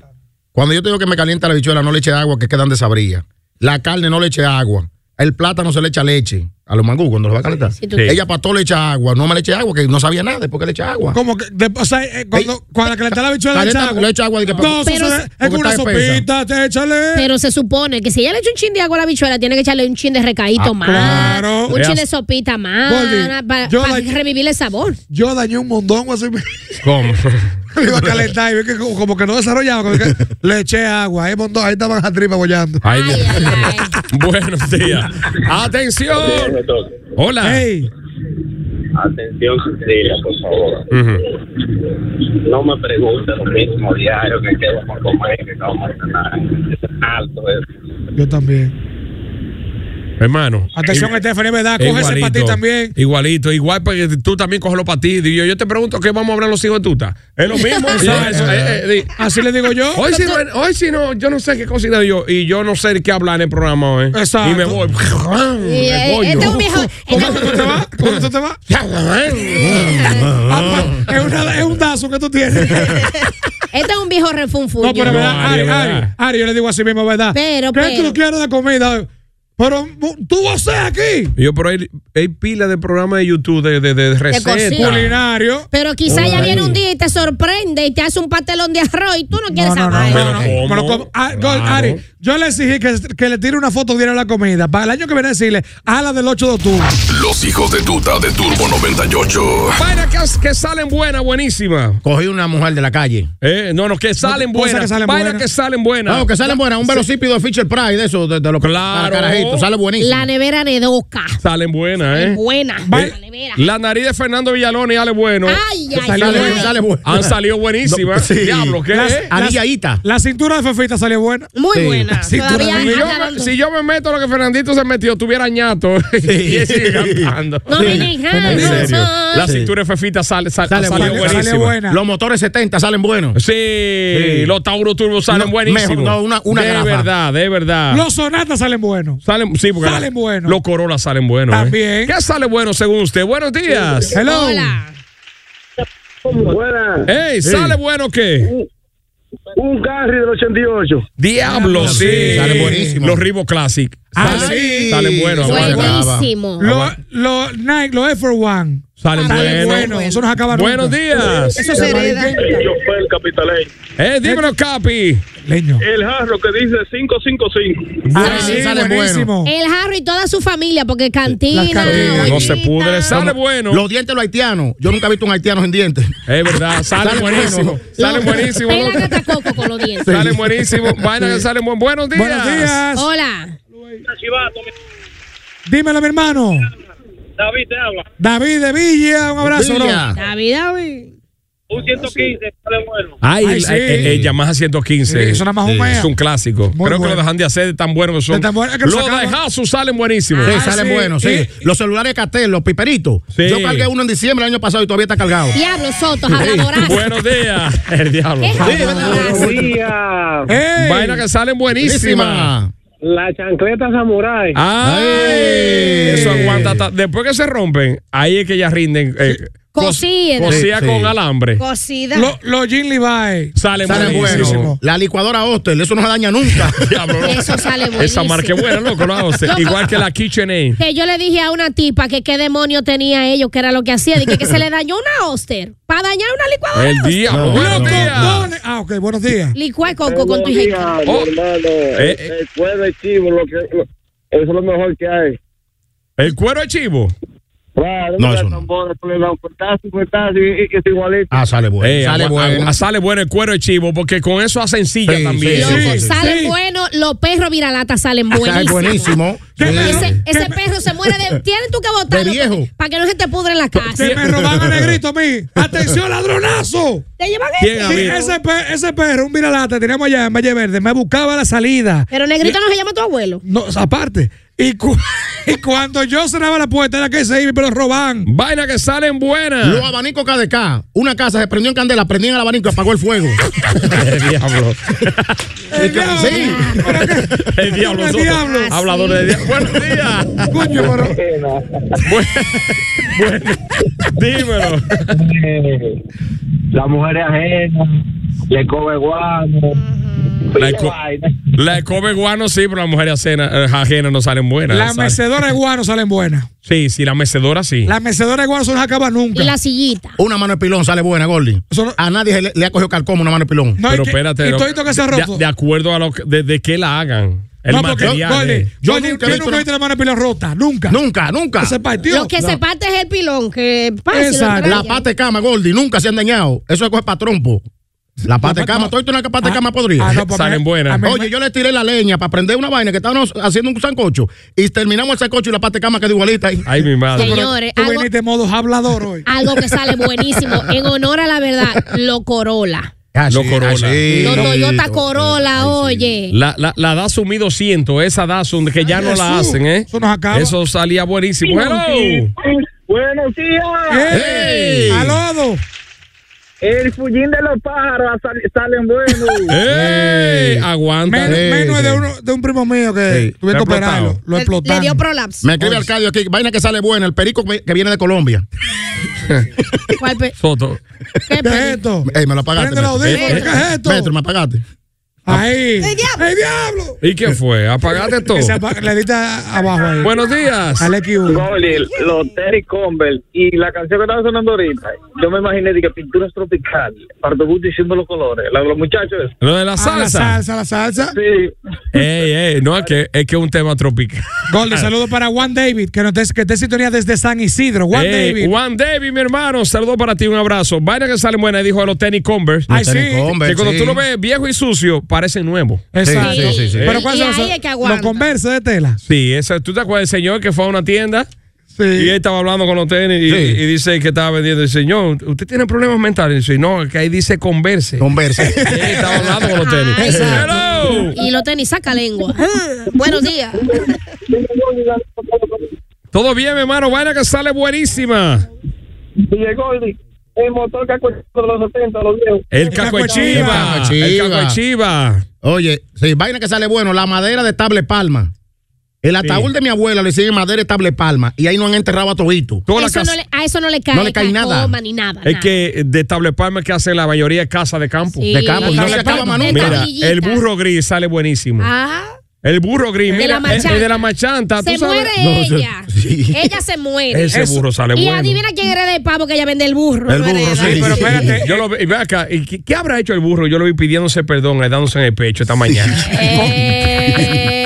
Speaker 3: Cuando yo te digo que me calienta la bichuela, no le eche agua, que quedan de sabrilla. La carne no le eche agua. El plátano se le echa leche. A los mangú cuando los va a calentar.
Speaker 6: tú-
Speaker 3: Ella para todo le echa agua. No me le eche agua, que no sabía nada. después que le echa agua?
Speaker 5: Como que, de- o sea, eh, cuando, cuando calentar la bichuela le
Speaker 3: Calienta-
Speaker 5: echa agua.
Speaker 3: le echa agua y que-
Speaker 5: No, eso
Speaker 6: Pero-
Speaker 5: se- es
Speaker 3: porque
Speaker 5: con una
Speaker 3: está espesa.
Speaker 5: sopita, te échale.
Speaker 6: Pero se supone que si ella le echa un chin de agua a la bichuela, tiene que echarle un chin de recaíto
Speaker 3: Ah,
Speaker 6: más.
Speaker 5: claro.
Speaker 6: Un chin de
Speaker 2: Yes.
Speaker 6: sopita más.
Speaker 5: Goldie,
Speaker 6: Para
Speaker 5: yo la-
Speaker 6: revivir el sabor.
Speaker 5: Yo dañé un mondongo así. [LAUGHS] me-
Speaker 2: ¿Cómo?
Speaker 5: Lo iba a calentar y vi que como, como que no desarrollaba. como que le eché agua. Ahí, mondongo, ahí estaban las tripas bollando.
Speaker 2: Ay,
Speaker 6: Ay,
Speaker 2: Dios.
Speaker 6: ay,
Speaker 5: [LAUGHS]
Speaker 6: ay.
Speaker 2: [LAUGHS] Buenos días. Atención. Hola.
Speaker 5: Ey,
Speaker 14: Atención, Cecilia, por favor.
Speaker 2: Ujú.
Speaker 14: No me preguntes lo mismo diario que qué vamos a comer, que qué vamos a cenar. Alto eh. eso.
Speaker 5: yo también.
Speaker 2: Hermano.
Speaker 5: Atención, Stephanie, ¿verdad? Coge ese para ti
Speaker 2: igualito,
Speaker 5: también.
Speaker 2: Igualito, igual porque tú también cógelo para ti. Y yo, yo te pregunto, ¿qué vamos a hablar los hijos de tuta? Es
Speaker 5: [LAUGHS]
Speaker 2: lo mismo. o sea, eso, eh, eh, di-
Speaker 5: Así le digo yo.
Speaker 2: Hoy si, no, hoy si no, yo no sé qué cocinar yo y yo no sé qué hablar en el programa hoy.
Speaker 5: Exacto.
Speaker 2: Y me
Speaker 5: [LAUGHS]
Speaker 2: voy.
Speaker 6: Y, eh,
Speaker 2: Me voy
Speaker 6: este es
Speaker 2: yo.
Speaker 6: un viejo.
Speaker 5: ¿Cómo que tú te vas? ¿Cómo que tú
Speaker 3: [LAUGHS]
Speaker 5: te vas? Ah, pues, es, una- es un dazo que
Speaker 3: [LAUGHS]
Speaker 5: tú tienes.
Speaker 6: Este es un viejo refunfuño.
Speaker 5: No, pero
Speaker 2: No,
Speaker 5: verdad,
Speaker 2: Ari,
Speaker 5: Ari,
Speaker 2: es verdad.
Speaker 5: Ari, Ari, yo le digo así mismo, ¿verdad?
Speaker 6: Pero,
Speaker 5: ¿Qué
Speaker 6: pero.
Speaker 5: tú quieres de comida? Pero mu- tú vas a ser aquí,
Speaker 2: Y Yo, pero hay, hay pila de programas de YouTube de, de, de recetas.
Speaker 6: cocina.
Speaker 5: culinario.
Speaker 6: Pero quizá ella
Speaker 2: Ay.
Speaker 6: viene un día y te sorprende y te hace un pastelón de arroz y tú no quieres
Speaker 5: No, no, no,
Speaker 6: saber.
Speaker 5: no, no.
Speaker 2: Pero
Speaker 5: Me lo
Speaker 2: ¿cómo?
Speaker 5: como. Ah, go-
Speaker 2: Claro.
Speaker 5: Ari, yo le exigí que, que le tire una foto diaria a la comida. Para el año que viene decirle, a la del 8 de octubre.
Speaker 18: Los hijos de tuta de Turbo 98.
Speaker 2: Vainas que, que salen buenas, buenísimas.
Speaker 3: Cogí una mujer de la calle.
Speaker 2: Eh, no, no, que salen
Speaker 5: cosas
Speaker 2: buenas.
Speaker 5: que salen
Speaker 2: Vainas
Speaker 5: buenas. Ah,
Speaker 2: que salen buenas.
Speaker 3: No, que salen buenas. Un velocípido de Fisher Price, de eso, de, de lo
Speaker 2: Claro,
Speaker 3: para frito, sale buenísimo.
Speaker 6: La nevera nedoca.
Speaker 2: Salen buenas, ¿eh?
Speaker 6: Buena.
Speaker 2: Eh, La nariz de Fernando Villalón y Ale Bueno.
Speaker 6: Ay, ay,
Speaker 2: Salió
Speaker 6: ay.
Speaker 2: buena, sale buena. Han salido buenísimas.
Speaker 3: No, sí.
Speaker 2: Diablo, ¿qué
Speaker 3: Las-
Speaker 2: es?
Speaker 3: anilladita.
Speaker 5: La cintura de Fefita salió buena.
Speaker 6: Muy
Speaker 2: Sí.
Speaker 6: buena.
Speaker 2: Si, tú-
Speaker 6: Todavía
Speaker 2: si yo,
Speaker 6: anda
Speaker 2: me-
Speaker 6: dando-
Speaker 2: si yo me meto lo que Fernandito se metió, tuviera ñato. [LAUGHS] y él sigue cantando.
Speaker 6: No me dejan,
Speaker 2: En serio.
Speaker 6: no
Speaker 2: La
Speaker 3: Sí.
Speaker 2: cintura de Fefita sale, sale,
Speaker 3: Sale
Speaker 2: sale
Speaker 3: buena,
Speaker 2: buenísima.
Speaker 3: sale buena. Los motores 70 salen buenos.
Speaker 2: Sí, los Tauro Turbo salen
Speaker 3: No,
Speaker 2: buenísimos.
Speaker 3: mejor, no, una- una
Speaker 2: de
Speaker 3: grapa.
Speaker 2: verdad, de verdad.
Speaker 5: Los sonatas salen buenos.
Speaker 2: Salen, sí, porque
Speaker 5: Salen buenos.
Speaker 2: Los Corolla salen buenos. ¿eh?
Speaker 5: También.
Speaker 2: ¿Qué sale bueno según usted? Buenos días.
Speaker 5: Hello.
Speaker 7: Buenas.
Speaker 2: Ey, ¿sale bueno qué?
Speaker 7: Un Carry del 88.
Speaker 2: Diablo, sí.
Speaker 3: Salen buenísimos.
Speaker 2: Los Ribo Classic.
Speaker 5: Ah,
Speaker 2: salen,
Speaker 5: sí.
Speaker 2: salen buenos. aguanta.
Speaker 6: Buenísimo.
Speaker 5: Los lo, Nike, los Air Force One.
Speaker 2: Salen
Speaker 5: Salen buenos.
Speaker 2: buenos.
Speaker 5: Eso nos acaba
Speaker 2: Buenos
Speaker 5: nunca.
Speaker 2: días.
Speaker 21: Eso se hereda.
Speaker 14: Yo fue el capitaleño.
Speaker 2: Eh, dímelo, Capi.
Speaker 5: Leño.
Speaker 14: El jarro que dice 555.
Speaker 2: Ah, sí,
Speaker 5: Sí,
Speaker 2: salen
Speaker 5: buenísimo.
Speaker 6: El Harry y toda su familia, porque cantina.
Speaker 5: Las cantinas.
Speaker 2: buenos. No
Speaker 6: ollita.
Speaker 2: se pudre, sale bueno.
Speaker 3: Los dientes de los haitianos. Yo nunca he visto un haitiano sin dientes.
Speaker 2: Es verdad, salen
Speaker 3: Sale
Speaker 2: buenísimo.
Speaker 3: bueno.
Speaker 2: Salen buenísimo.
Speaker 6: Pela que está coco con los
Speaker 2: [LAUGHS]
Speaker 6: dientes.
Speaker 2: Salen buenísimo. Vaina que salen buen. Buenos días.
Speaker 5: Buenos días.
Speaker 3: Oh.
Speaker 6: Hola.
Speaker 5: Dímelo, mi hermano.
Speaker 14: David te habla.
Speaker 5: David de Villa, un abrazo, bro.
Speaker 3: Villa.
Speaker 6: David, David.
Speaker 7: Ah,
Speaker 14: Un 115, sale bueno.
Speaker 2: Ay,
Speaker 5: Ay, sí.
Speaker 2: eh, eh, Yamaha
Speaker 5: Sí,
Speaker 2: 115.
Speaker 5: eso nada más un mea.
Speaker 2: Es un clásico.
Speaker 5: Muy
Speaker 2: Creo
Speaker 5: bueno.
Speaker 2: que lo dejan de hacer de tan buenos que son.
Speaker 5: De tan bueno que lo
Speaker 2: los
Speaker 5: sacaban.
Speaker 2: de Hasu salen buenísimos.
Speaker 3: Sí,
Speaker 2: Eh,
Speaker 3: salen
Speaker 5: Ah, sí.
Speaker 3: buenos, sí.
Speaker 5: Y-
Speaker 3: Los celulares Catel, los piperitos.
Speaker 2: Sí.
Speaker 3: Yo cargué uno en diciembre el año pasado y todavía está cargado.
Speaker 6: Diablo, Soto, habladorazo.
Speaker 2: buenos días.
Speaker 5: [LAUGHS]
Speaker 2: El diablo.
Speaker 6: ¿Qué
Speaker 2: Sí.
Speaker 6: habladorazo?
Speaker 5: Ey.
Speaker 2: Vaina que salen buenísimas.
Speaker 3: Buenísima.
Speaker 7: La chancleta samurai.
Speaker 2: Ay, eso aguanta. hasta- Después que se rompen, ahí es que ya rinden. eh, cos-
Speaker 6: Cosían.
Speaker 2: Cosía
Speaker 3: Sí, sí.
Speaker 2: con alambre.
Speaker 21: Cocida.
Speaker 5: Lo- Los Jean Levi.
Speaker 2: Salen,
Speaker 3: Salen
Speaker 2: buenísimos.
Speaker 3: buenos. La licuadora Hostel, eso no se daña nunca.
Speaker 2: Diablo, loco.
Speaker 6: Eso sale
Speaker 2: Esa
Speaker 6: buenísimo.
Speaker 2: marca es buena, loco. ¿no? O sea,
Speaker 6: Loco.
Speaker 2: Igual que la KitchenAid.
Speaker 6: Que yo le dije a una tipa que qué demonio tenía ellos, que era lo que hacía. Dije que se le dañó una Oster. Para dañar una licuadora.
Speaker 2: El
Speaker 6: Oster.
Speaker 2: diablo. buenos
Speaker 5: Loco,
Speaker 2: días.
Speaker 5: dale. Ah, ok, buenos días.
Speaker 6: Licuar coco con tu hija.
Speaker 2: Oh.
Speaker 7: hermano.
Speaker 2: Eh, eh.
Speaker 7: El cuero de chivo, lo que, lo- eso es lo mejor que hay.
Speaker 2: El cuero de chivo.
Speaker 7: Claro,
Speaker 3: No,
Speaker 7: mira,
Speaker 3: eso no.
Speaker 7: tambores, pues, la- portazo, portazo, y- y- y es igualito.
Speaker 3: Ah, sale bueno.
Speaker 2: Eh,
Speaker 3: sale
Speaker 2: agua-
Speaker 3: bueno.
Speaker 2: agua- sale bueno el cuero de chivo porque con eso hacen silla
Speaker 3: Sí,
Speaker 2: también.
Speaker 3: sí,
Speaker 6: Loco,
Speaker 3: sí, sí.
Speaker 6: salen
Speaker 5: sí.
Speaker 6: buenos, los perros viralatas salen
Speaker 3: Sale
Speaker 6: buenísimos.
Speaker 3: buenísimo.
Speaker 5: ¿Qué me-
Speaker 6: Ese,
Speaker 5: ¿Qué
Speaker 6: ese
Speaker 5: me-
Speaker 6: perro se muere de. Tienes tú que botarlo.
Speaker 3: De viejo.
Speaker 6: Para que no se te pudre en la casa.
Speaker 5: Que me roban a negrito
Speaker 3: [LAUGHS]
Speaker 5: a mí. ¡Atención, ladronazo!
Speaker 6: Te llevan
Speaker 2: ¿Quién,
Speaker 6: eso.
Speaker 5: Sí,
Speaker 2: amigo?
Speaker 5: ese, pe- ese perro, un viralata, teníamos allá en Valle Verde, me buscaba la salida.
Speaker 6: Pero negrito no se llama tu abuelo.
Speaker 5: No, aparte. Y, cu- y cuando yo cerraba la puerta era que se iba, pero roban.
Speaker 2: [LAUGHS] Vaina que
Speaker 3: Los
Speaker 2: salen buenas.
Speaker 3: abanicos KDK. Una casa se prendió en candela, prendían el abanico y apagó el
Speaker 2: [LAUGHS]
Speaker 3: fuego.
Speaker 2: diablo.
Speaker 5: El diablo.
Speaker 3: Sí.
Speaker 5: Pero que-
Speaker 2: El diablo. Ah,
Speaker 5: El
Speaker 2: Soto.
Speaker 5: diablo.
Speaker 2: Hablador de diablo. Buenos días.
Speaker 5: Coño, pero-
Speaker 2: Buen- bueno, dímelo.
Speaker 7: Eh, La mujer es ajena, le come guano.
Speaker 2: La, eco- la escoba de guano sí, pero las mujeres ajenas, ajenas no salen buenas.
Speaker 5: Las
Speaker 2: Sal-
Speaker 5: mecedoras de guano salen buenas.
Speaker 2: Sí, sí, la mecedora sí.
Speaker 5: Las mecedoras de guano eso no se acaba nunca.
Speaker 6: Y la sillita.
Speaker 3: Una mano de pilón sale buena, Gordy.
Speaker 5: Eso no-
Speaker 3: A nadie se le, le ha cogido calcoma una mano de pilón.
Speaker 5: No,
Speaker 2: pero
Speaker 5: y que-
Speaker 2: espérate.
Speaker 5: Y
Speaker 2: no-
Speaker 5: todito que se ha
Speaker 2: de-
Speaker 5: roto.
Speaker 2: De, acuerdo a lo que, de, de que la hagan. El
Speaker 5: no, porque
Speaker 2: material.
Speaker 5: Gordy,
Speaker 2: eh.
Speaker 3: Yo
Speaker 5: Gordy,
Speaker 3: nunca
Speaker 5: yo
Speaker 3: he visto
Speaker 5: nunca he visto la mano de pila rota. Nunca.
Speaker 3: Nunca, nunca.
Speaker 5: Se partió.
Speaker 6: Lo que se parte es el pilón. Que pase.
Speaker 5: Exacto.
Speaker 3: La pata de cama, Gordy, nunca se han dañado. Eso es coge para trompo. La pata de
Speaker 5: pata-
Speaker 3: cama, todo esto una pata de
Speaker 5: Ah,
Speaker 3: cama podrida.
Speaker 5: ah, no, pues,
Speaker 2: Salen
Speaker 5: a mí-
Speaker 2: buenas.
Speaker 5: a mí me-
Speaker 3: Oye, yo le tiré la leña para prender una vaina que estábamos haciendo un sancocho y terminamos el sancocho y la pata de cama quedó igualita ahí.
Speaker 2: Ay, mi madre.
Speaker 6: Señor. Señores,
Speaker 5: Tú
Speaker 6: algo-
Speaker 5: viniste en modo hablador hoy.
Speaker 6: Algo que sale buenísimo. En honor a la verdad, lo Corolla.
Speaker 3: Ah,
Speaker 2: Lo
Speaker 3: sí,
Speaker 2: Corolla.
Speaker 3: ah, sí.
Speaker 6: Los
Speaker 3: Sí,
Speaker 6: Toyota
Speaker 3: sí.
Speaker 6: Corolla, oye.
Speaker 2: La, la, la Datsun 1200, esa Datsun que ya no la
Speaker 5: Jesús,
Speaker 2: hacen, ¿eh?
Speaker 5: eso nos acaba.
Speaker 2: Eso salía buenísimo. Hello.
Speaker 7: Buenos
Speaker 6: Ah.
Speaker 7: días.
Speaker 5: ¡Ey!
Speaker 2: Ey.
Speaker 5: ¡Alodo!
Speaker 7: El fullín de los pájaros sal- salen [LAUGHS] buenos.
Speaker 2: ¡Ey! Aguanta.
Speaker 5: Men-
Speaker 3: Sí,
Speaker 5: Menos
Speaker 3: sí.
Speaker 5: de, uno, de un primo mío que
Speaker 3: Sí,
Speaker 5: tuvieron
Speaker 3: lo
Speaker 5: que operarlo.
Speaker 3: explotado.
Speaker 5: Lo
Speaker 21: Le-
Speaker 5: explotaron.
Speaker 21: Le dio prolapso.
Speaker 3: Me escribe Arcadio aquí, vaina que sale buena, el perico que que viene de Colombia.
Speaker 6: ¿Cuál pe-
Speaker 2: Soto. [LAUGHS]
Speaker 6: qué
Speaker 5: ¿Qué
Speaker 6: pe-
Speaker 5: es esto?
Speaker 3: Ey, me lo apagaste.
Speaker 5: Prende
Speaker 3: Metro.
Speaker 5: el audífono,
Speaker 3: Eh,
Speaker 5: ¿qué es esto?
Speaker 3: Metro, me apagaste.
Speaker 5: ¡Ahí! ¡El
Speaker 21: diablo!
Speaker 5: diablo!
Speaker 2: ¿Y qué fue? Apagaste todo.
Speaker 5: [LAUGHS] Que se apa- Le diste a- abajo ahí.
Speaker 2: Buenos días.
Speaker 5: Al X1.
Speaker 7: Goli, los Terry Convert y la canción que estaba sonando ahorita, yo me imaginé de que pinturas tropicales, para tu gusto y siendo los colores, la de los muchachos.
Speaker 2: Lo de la
Speaker 5: Ah, La
Speaker 2: salsa.
Speaker 5: salsa, la salsa.
Speaker 7: Sí,
Speaker 2: Ey, ey, no, es que es que es un tema tropical. Ah. [LAUGHS]
Speaker 5: Golden, saludo para Juan David, que nos des- que esté en sintonía desde San Isidro. Juan
Speaker 2: Ey,
Speaker 5: David.
Speaker 2: Juan David, mi hermano, saludo para ti, un abrazo. Vaina que sale buena, dijo a los tenis Converse.
Speaker 5: Ay,
Speaker 3: Los tenis
Speaker 5: sí.
Speaker 3: Converse,
Speaker 2: que cuando
Speaker 3: sí.
Speaker 2: tú lo ves viejo y sucio, parecen nuevos.
Speaker 5: Exacto.
Speaker 2: Sí, sí, sí.
Speaker 5: Pero ¿cuál
Speaker 2: Y
Speaker 5: son
Speaker 2: ahí
Speaker 5: esos?
Speaker 2: es que aguanta.
Speaker 5: Los converse de tela.
Speaker 2: Sí, esa, ¿tú te acuerdas del señor que fue a una tienda? Y él estaba hablando con los tenis y, y dice que estaba vendiendo. Dice, señor, ¿usted tiene problemas mentales? Y dice, no, es que ahí dice converse. [LAUGHS] Converse. y él estaba hablando con los [LAUGHS] tenis.
Speaker 5: [LAUGHS]
Speaker 2: Hello.
Speaker 6: Ah, Y los tenis saca lengua. Ah, Buenos días.
Speaker 2: Todo bien, mi hermano. Vaina que sale buenísima.
Speaker 22: Llegó el motor que ha costado los 70, los viejos.
Speaker 2: El cacochiva. El cacochiva.
Speaker 3: Oye, sí, vaina que sale bueno, la madera de Table Palma. El ataúd de mi abuela le hicieron madera de Table Palma y ahí no han enterrado a Tobito.
Speaker 6: Eso no le- a eso no le cae,
Speaker 3: No le cae nada.
Speaker 6: cacoma ni nada.
Speaker 2: Es
Speaker 6: nada.
Speaker 2: que de Table Palma que hacen la mayoría de casas de campo.
Speaker 6: Sí. De campo,
Speaker 2: Y
Speaker 6: no
Speaker 2: mira,
Speaker 6: se acaba nunca.
Speaker 2: Mira,
Speaker 6: Tablillita.
Speaker 2: el burro gris sale buenísimo.
Speaker 6: Ah,
Speaker 2: El burro gris,
Speaker 6: De
Speaker 2: mira,
Speaker 6: la
Speaker 2: el,
Speaker 6: machanta.
Speaker 2: el de la machanta.
Speaker 6: se
Speaker 2: ¿tú sabes?
Speaker 6: muere
Speaker 2: [LAUGHS]
Speaker 6: ella. Ella se muere.
Speaker 2: Ese burro sale
Speaker 6: y
Speaker 2: bueno.
Speaker 6: adivina quién era de pavo que ella vende el burro.
Speaker 2: El
Speaker 6: no
Speaker 2: burro,
Speaker 6: hereda.
Speaker 2: sí. Pero espérate, yo lo vi- y ve acá, ¿y qué, qué habrá hecho el burro? Yo lo vi pidiéndose perdón, eh, dándose en el pecho esta mañana.
Speaker 6: [LAUGHS] Eh,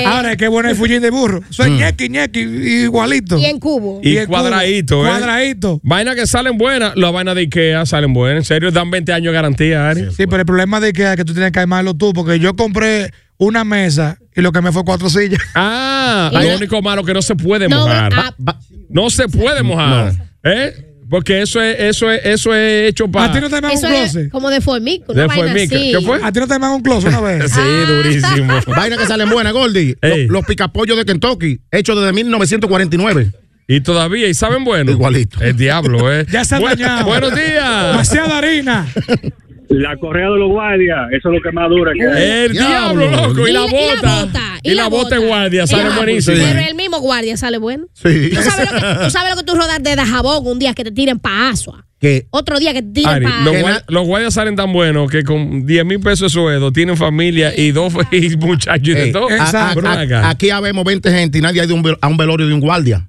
Speaker 2: [LAUGHS] Eh.
Speaker 5: Ahora, qué bueno el fullín de burro.
Speaker 3: Mm.
Speaker 5: Soy ñequi, ñequi, igualito.
Speaker 6: Y en cubo.
Speaker 2: Y, cuadradito, ¿eh?
Speaker 5: Cuadradito.
Speaker 2: Vaina que salen buenas. Las vainas de Ikea salen buenas. En serio, dan 20 años de garantía, Ari.
Speaker 5: Sí,
Speaker 3: pues.
Speaker 5: pero el problema de que, que tú tienes que armarlo tú, porque yo compré una mesa y lo que me fue cuatro sillas.
Speaker 2: Ah, lo único malo que no se puede
Speaker 5: No,
Speaker 2: mojar.
Speaker 5: ah,
Speaker 2: no se puede mojar. ¿Eh? Porque eso es, eso es, eso es hecho para.
Speaker 6: Eso es como de formica. una
Speaker 2: De
Speaker 6: vaina
Speaker 2: formica.
Speaker 6: así.
Speaker 2: ¿Qué fue?
Speaker 5: A ti no te mandan un closet una vez.
Speaker 2: Sí, durísimo.
Speaker 3: Vaina que salen buenas, Gordy. Lo- Los, picapollos de Kentucky, hechos desde 1949.
Speaker 2: Y todavía, ¿y saben bueno?
Speaker 3: Igualito.
Speaker 2: El diablo, ¿eh?
Speaker 3: [LAUGHS] Ya se han
Speaker 2: Buen-
Speaker 3: dañado.
Speaker 2: Buenos [LAUGHS] días.
Speaker 5: Demasiada harina.
Speaker 7: La correa de los guardias, eso es lo que más dura. Que hay.
Speaker 2: El diablo, loco. Y la bota. Y la bota en guardia. Sale
Speaker 6: Ah,
Speaker 2: buenísimo.
Speaker 6: Pero el mismo guardia sale bueno.
Speaker 3: Sí.
Speaker 6: ¿Tú sabes lo que tú, sabes lo que tú rodas de jabón un día que te tiren pa' Asua?
Speaker 3: Que
Speaker 6: Otro día que te tiren
Speaker 2: Ari,
Speaker 6: pa'
Speaker 2: los, guay- los guardias salen tan buenos que con 10 mil pesos de sueldo tienen familia y dos [LAUGHS] y muchachos y de
Speaker 3: Eh,
Speaker 2: todo.
Speaker 3: a- a-
Speaker 2: Pero ven
Speaker 3: a-
Speaker 2: acá.
Speaker 3: aquí habemos 20 gente y nadie ha ido a un vel- a un velorio de un guardia.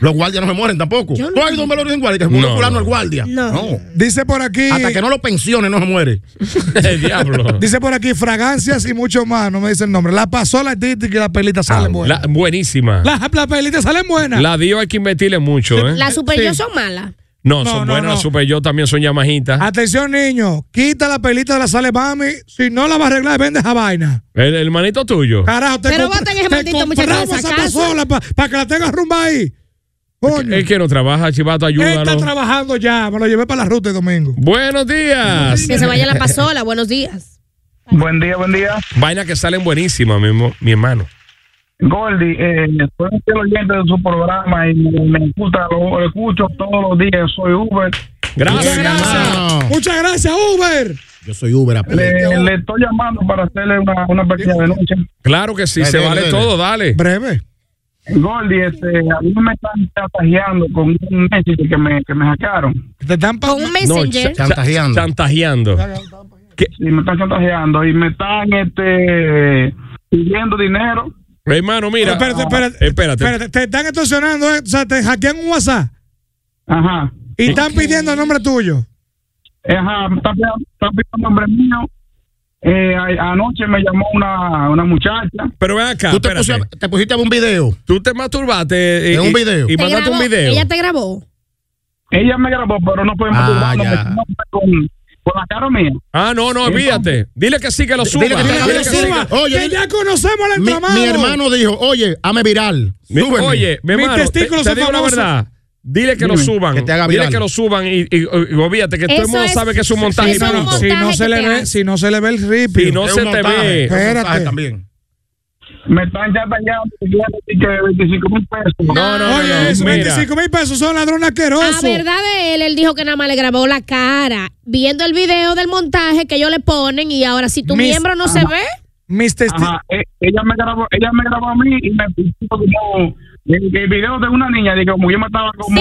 Speaker 3: Los guardias no se mueren tampoco. ¿Tú has ido a un velorio de un guardia? Que se murió
Speaker 2: No,
Speaker 3: fulano
Speaker 2: no.
Speaker 3: el guardia.
Speaker 5: No. Dice por aquí.
Speaker 3: Hasta que no lo pensiones no se muere.
Speaker 2: [LAUGHS] el diablo.
Speaker 5: Dice por aquí fragancias y mucho más, no me dice el nombre. La pasola artística y las pelitas
Speaker 3: Ah,
Speaker 5: salen buenas.
Speaker 2: La- buenísima. La,
Speaker 5: Las, las pelitas salen buenas.
Speaker 2: Dio hay que invertirle mucho, ¿eh?
Speaker 6: Las super
Speaker 5: Sí.
Speaker 6: yo son malas.
Speaker 2: no,
Speaker 5: No,
Speaker 2: son
Speaker 5: no,
Speaker 2: buenas.
Speaker 5: no. Ah.
Speaker 2: Las super yo también son llamajitas.
Speaker 5: Atención, niño. Quita la pelita de la sale mami. Si no la va a arreglar, vende esa vaina.
Speaker 2: El el hermanito tuyo.
Speaker 5: Carajo, te,
Speaker 6: Pero
Speaker 5: comp-
Speaker 6: boten
Speaker 5: te
Speaker 6: ese maldito muchacho de
Speaker 5: compramos
Speaker 6: esa
Speaker 5: esa
Speaker 6: casa.
Speaker 5: pasola para que la tengas rumba ahí. Coño.
Speaker 2: El que no trabaja, chivato,
Speaker 5: Él está
Speaker 2: ayúdalo.
Speaker 5: trabajando ya. Me lo llevé para la ruta el domingo.
Speaker 2: Buenos días.
Speaker 6: Que se vaya la pasola. Buenos días.
Speaker 2: Buen día, buen día. Vainas que salen buenísimas, mi, hermo- mi hermano.
Speaker 7: Gordy, eh, soy un fiel oyente de su programa y me, me gusta, lo, lo escucho todos los días, soy Uber.
Speaker 2: Gracias,
Speaker 5: Muchas gracias, Uber.
Speaker 3: Yo soy Uber. a-
Speaker 7: Le, le estoy llamando para hacerle una, una pequeña denuncia.
Speaker 2: Claro que sí,
Speaker 7: Dale,
Speaker 2: se
Speaker 7: dale,
Speaker 2: vale
Speaker 7: dale.
Speaker 2: todo, dale.
Speaker 5: Breve.
Speaker 7: Gordy, este, a mí me están chantajeando con un Messenger que me, que me hackearon.
Speaker 5: Te están
Speaker 7: Con un
Speaker 2: cha- cha- Chantajeando.
Speaker 7: Sí, me están chantajeando y me están este, pidiendo dinero.
Speaker 2: Hermano, mira.
Speaker 7: Espérate,
Speaker 5: espérate.
Speaker 2: Ah, Espérate.
Speaker 5: Espérate, te están extorsionando, ¿eh? o sea, te hackean un WhatsApp.
Speaker 7: Ajá.
Speaker 5: Y están pidiendo el nombre tuyo.
Speaker 7: Ajá, me están pidiendo están pidiendo el nombre mío. Eh, a- anoche me llamó una, una muchacha.
Speaker 2: Pero ven acá.
Speaker 7: Tú te
Speaker 2: espérate.
Speaker 7: pusi-
Speaker 3: te pusiste a ver un video.
Speaker 2: Tú te masturbaste. eh,
Speaker 7: En un
Speaker 2: y-
Speaker 7: video.
Speaker 2: Y
Speaker 6: Te
Speaker 2: mandaste un
Speaker 6: grabó-
Speaker 2: video.
Speaker 6: Ella te grabó.
Speaker 7: Ella me grabó, pero no podemos
Speaker 2: Ah,
Speaker 7: turbarnos,
Speaker 2: ya.
Speaker 7: me tumba con, con la cara mía.
Speaker 2: Ah, no, no,
Speaker 7: Entonces-
Speaker 2: olvídate. Dile que sí, que lo suba.
Speaker 3: Dile que te-
Speaker 2: Dile
Speaker 3: que
Speaker 2: que sí,
Speaker 3: suba.
Speaker 2: que-
Speaker 3: Oye,
Speaker 2: que
Speaker 3: dile-
Speaker 2: ya-
Speaker 5: conocemos al
Speaker 3: mi,
Speaker 2: entramado.
Speaker 3: mi hermano dijo, oye, hame viral.
Speaker 2: Mi-
Speaker 3: Súbeme.
Speaker 2: oye, mi hermano, te, te digo la verdad. Dile que lo
Speaker 3: Dime.
Speaker 2: suban.
Speaker 3: Que te haga
Speaker 2: dile
Speaker 3: viral.
Speaker 2: que lo suban y, y- y olvídate que todo el
Speaker 5: Eso
Speaker 2: mundo
Speaker 5: es-
Speaker 2: sabe que es un
Speaker 5: sí,
Speaker 2: montaje.
Speaker 5: sí, no, no,
Speaker 2: hipnótico.
Speaker 5: si no se le ve, si no se le ve el ripio.
Speaker 2: Si no
Speaker 7: Es
Speaker 2: se
Speaker 7: un
Speaker 2: te
Speaker 7: montaje,
Speaker 2: ve. Ah,
Speaker 7: es un montaje
Speaker 5: Espérate.
Speaker 7: también. Me están chantajeando pidiendo así que 25 mil pesos.
Speaker 2: No, no,
Speaker 5: Oye, esos 25 mil pesos son ladrones
Speaker 6: La
Speaker 5: asquerosos.
Speaker 6: Ah, verdad de él, él dijo que nada más le grabó la cara. Viendo el video del montaje que ellos le ponen y ahora si tu
Speaker 7: Mis-
Speaker 6: miembro no se
Speaker 7: Ajá.
Speaker 6: ve,
Speaker 5: Mis testigos.
Speaker 7: Ajá, eh, ella me grabó, ella me grabó a mí y me puso como el, el video de una niña, de como yo me estaba como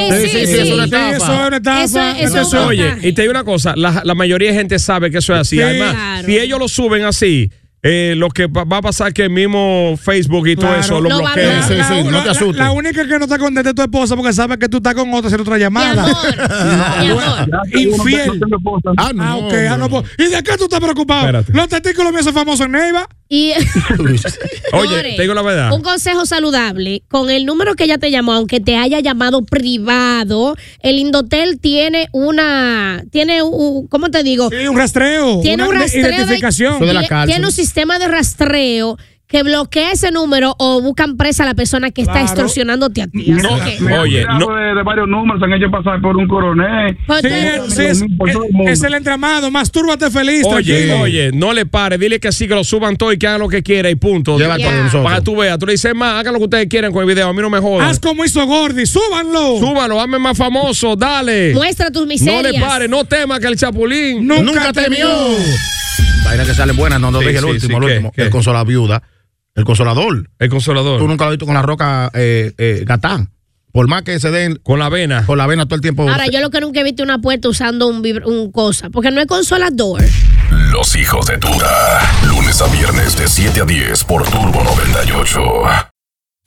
Speaker 2: Eso es- Oye, y te digo una cosa, la, la mayoría de gente sabe que eso es así.
Speaker 7: Sí.
Speaker 2: Además,
Speaker 7: Claro.
Speaker 2: si ellos lo suben así, eh, lo que va va a pasar es que el mismo Facebook y todo
Speaker 5: Claro.
Speaker 2: eso lo
Speaker 5: Lo va a
Speaker 2: bloquea.
Speaker 5: bloquear. La- la- La única que no está contenta es tu esposa porque sabe que tú estás con otra haciendo otra llamada.
Speaker 2: [LAUGHS]
Speaker 5: Infiel.
Speaker 7: Ah,
Speaker 5: Ah, ok, ah, no, pues, ¿Y de qué tú estás preocupado?
Speaker 2: Espérate.
Speaker 5: Los testículos míos son famosos en Neiva.
Speaker 6: Y
Speaker 2: [LAUGHS] Oye,
Speaker 6: More,
Speaker 2: te digo la verdad.
Speaker 6: Un consejo saludable. Con el número que ella te llamó, aunque te haya llamado privado, el Indotel tiene una. Tiene un. ¿Cómo te digo?
Speaker 5: Sí, un rastreo,
Speaker 6: Tiene
Speaker 5: una
Speaker 6: un rastreo. de-
Speaker 5: identificación. Eso de la
Speaker 6: tie-
Speaker 5: cárcel.
Speaker 6: tiene un sistema de rastreo que bloquea ese número o buscan presa a la persona que está
Speaker 7: Claro.
Speaker 6: extorsionándote a ti. Así
Speaker 7: No,
Speaker 6: que-
Speaker 7: oye, eh, De, de varios números se han hecho pasar por un coronel.
Speaker 6: Pero
Speaker 5: Sí, es, sí, es- es el entramado. Mastúrbate feliz.
Speaker 2: Oye,
Speaker 5: tranquilo.
Speaker 2: oye, no le pare, dile que así que lo suban todo y que hagan lo que quiera y punto.
Speaker 3: Lleva
Speaker 2: Ya.
Speaker 3: todo de nosotros.
Speaker 2: Para que tú veas, tú le dices más, hagan lo que ustedes quieran con el video, a mí no me jodan.
Speaker 5: Haz como hizo Gordy, súbanlo.
Speaker 2: Súbalo, hazme más famoso, dale.
Speaker 6: Muestra tus miserias.
Speaker 2: No le pare, no tema que el Chapulín
Speaker 5: nunca,
Speaker 2: temió.
Speaker 3: Vaina que salen buenas, no, no
Speaker 2: Sí,
Speaker 3: dije el
Speaker 2: sí,
Speaker 3: último,
Speaker 2: sí,
Speaker 3: el
Speaker 2: ¿qué?
Speaker 3: último.
Speaker 2: ¿Qué?
Speaker 3: El consola viuda. El consolador.
Speaker 2: El consolador.
Speaker 3: Tú nunca lo has visto con la roca eh, eh, Gatán. Por más que se den.
Speaker 2: Con la vena.
Speaker 3: Con la vena todo el tiempo.
Speaker 6: Ahora, yo lo que nunca he visto es una puerta usando un, vibra- un cosa, porque no es consolador.
Speaker 1: Los hijos de Tuta. Lunes a viernes de 7 a 10 por Turbo 98.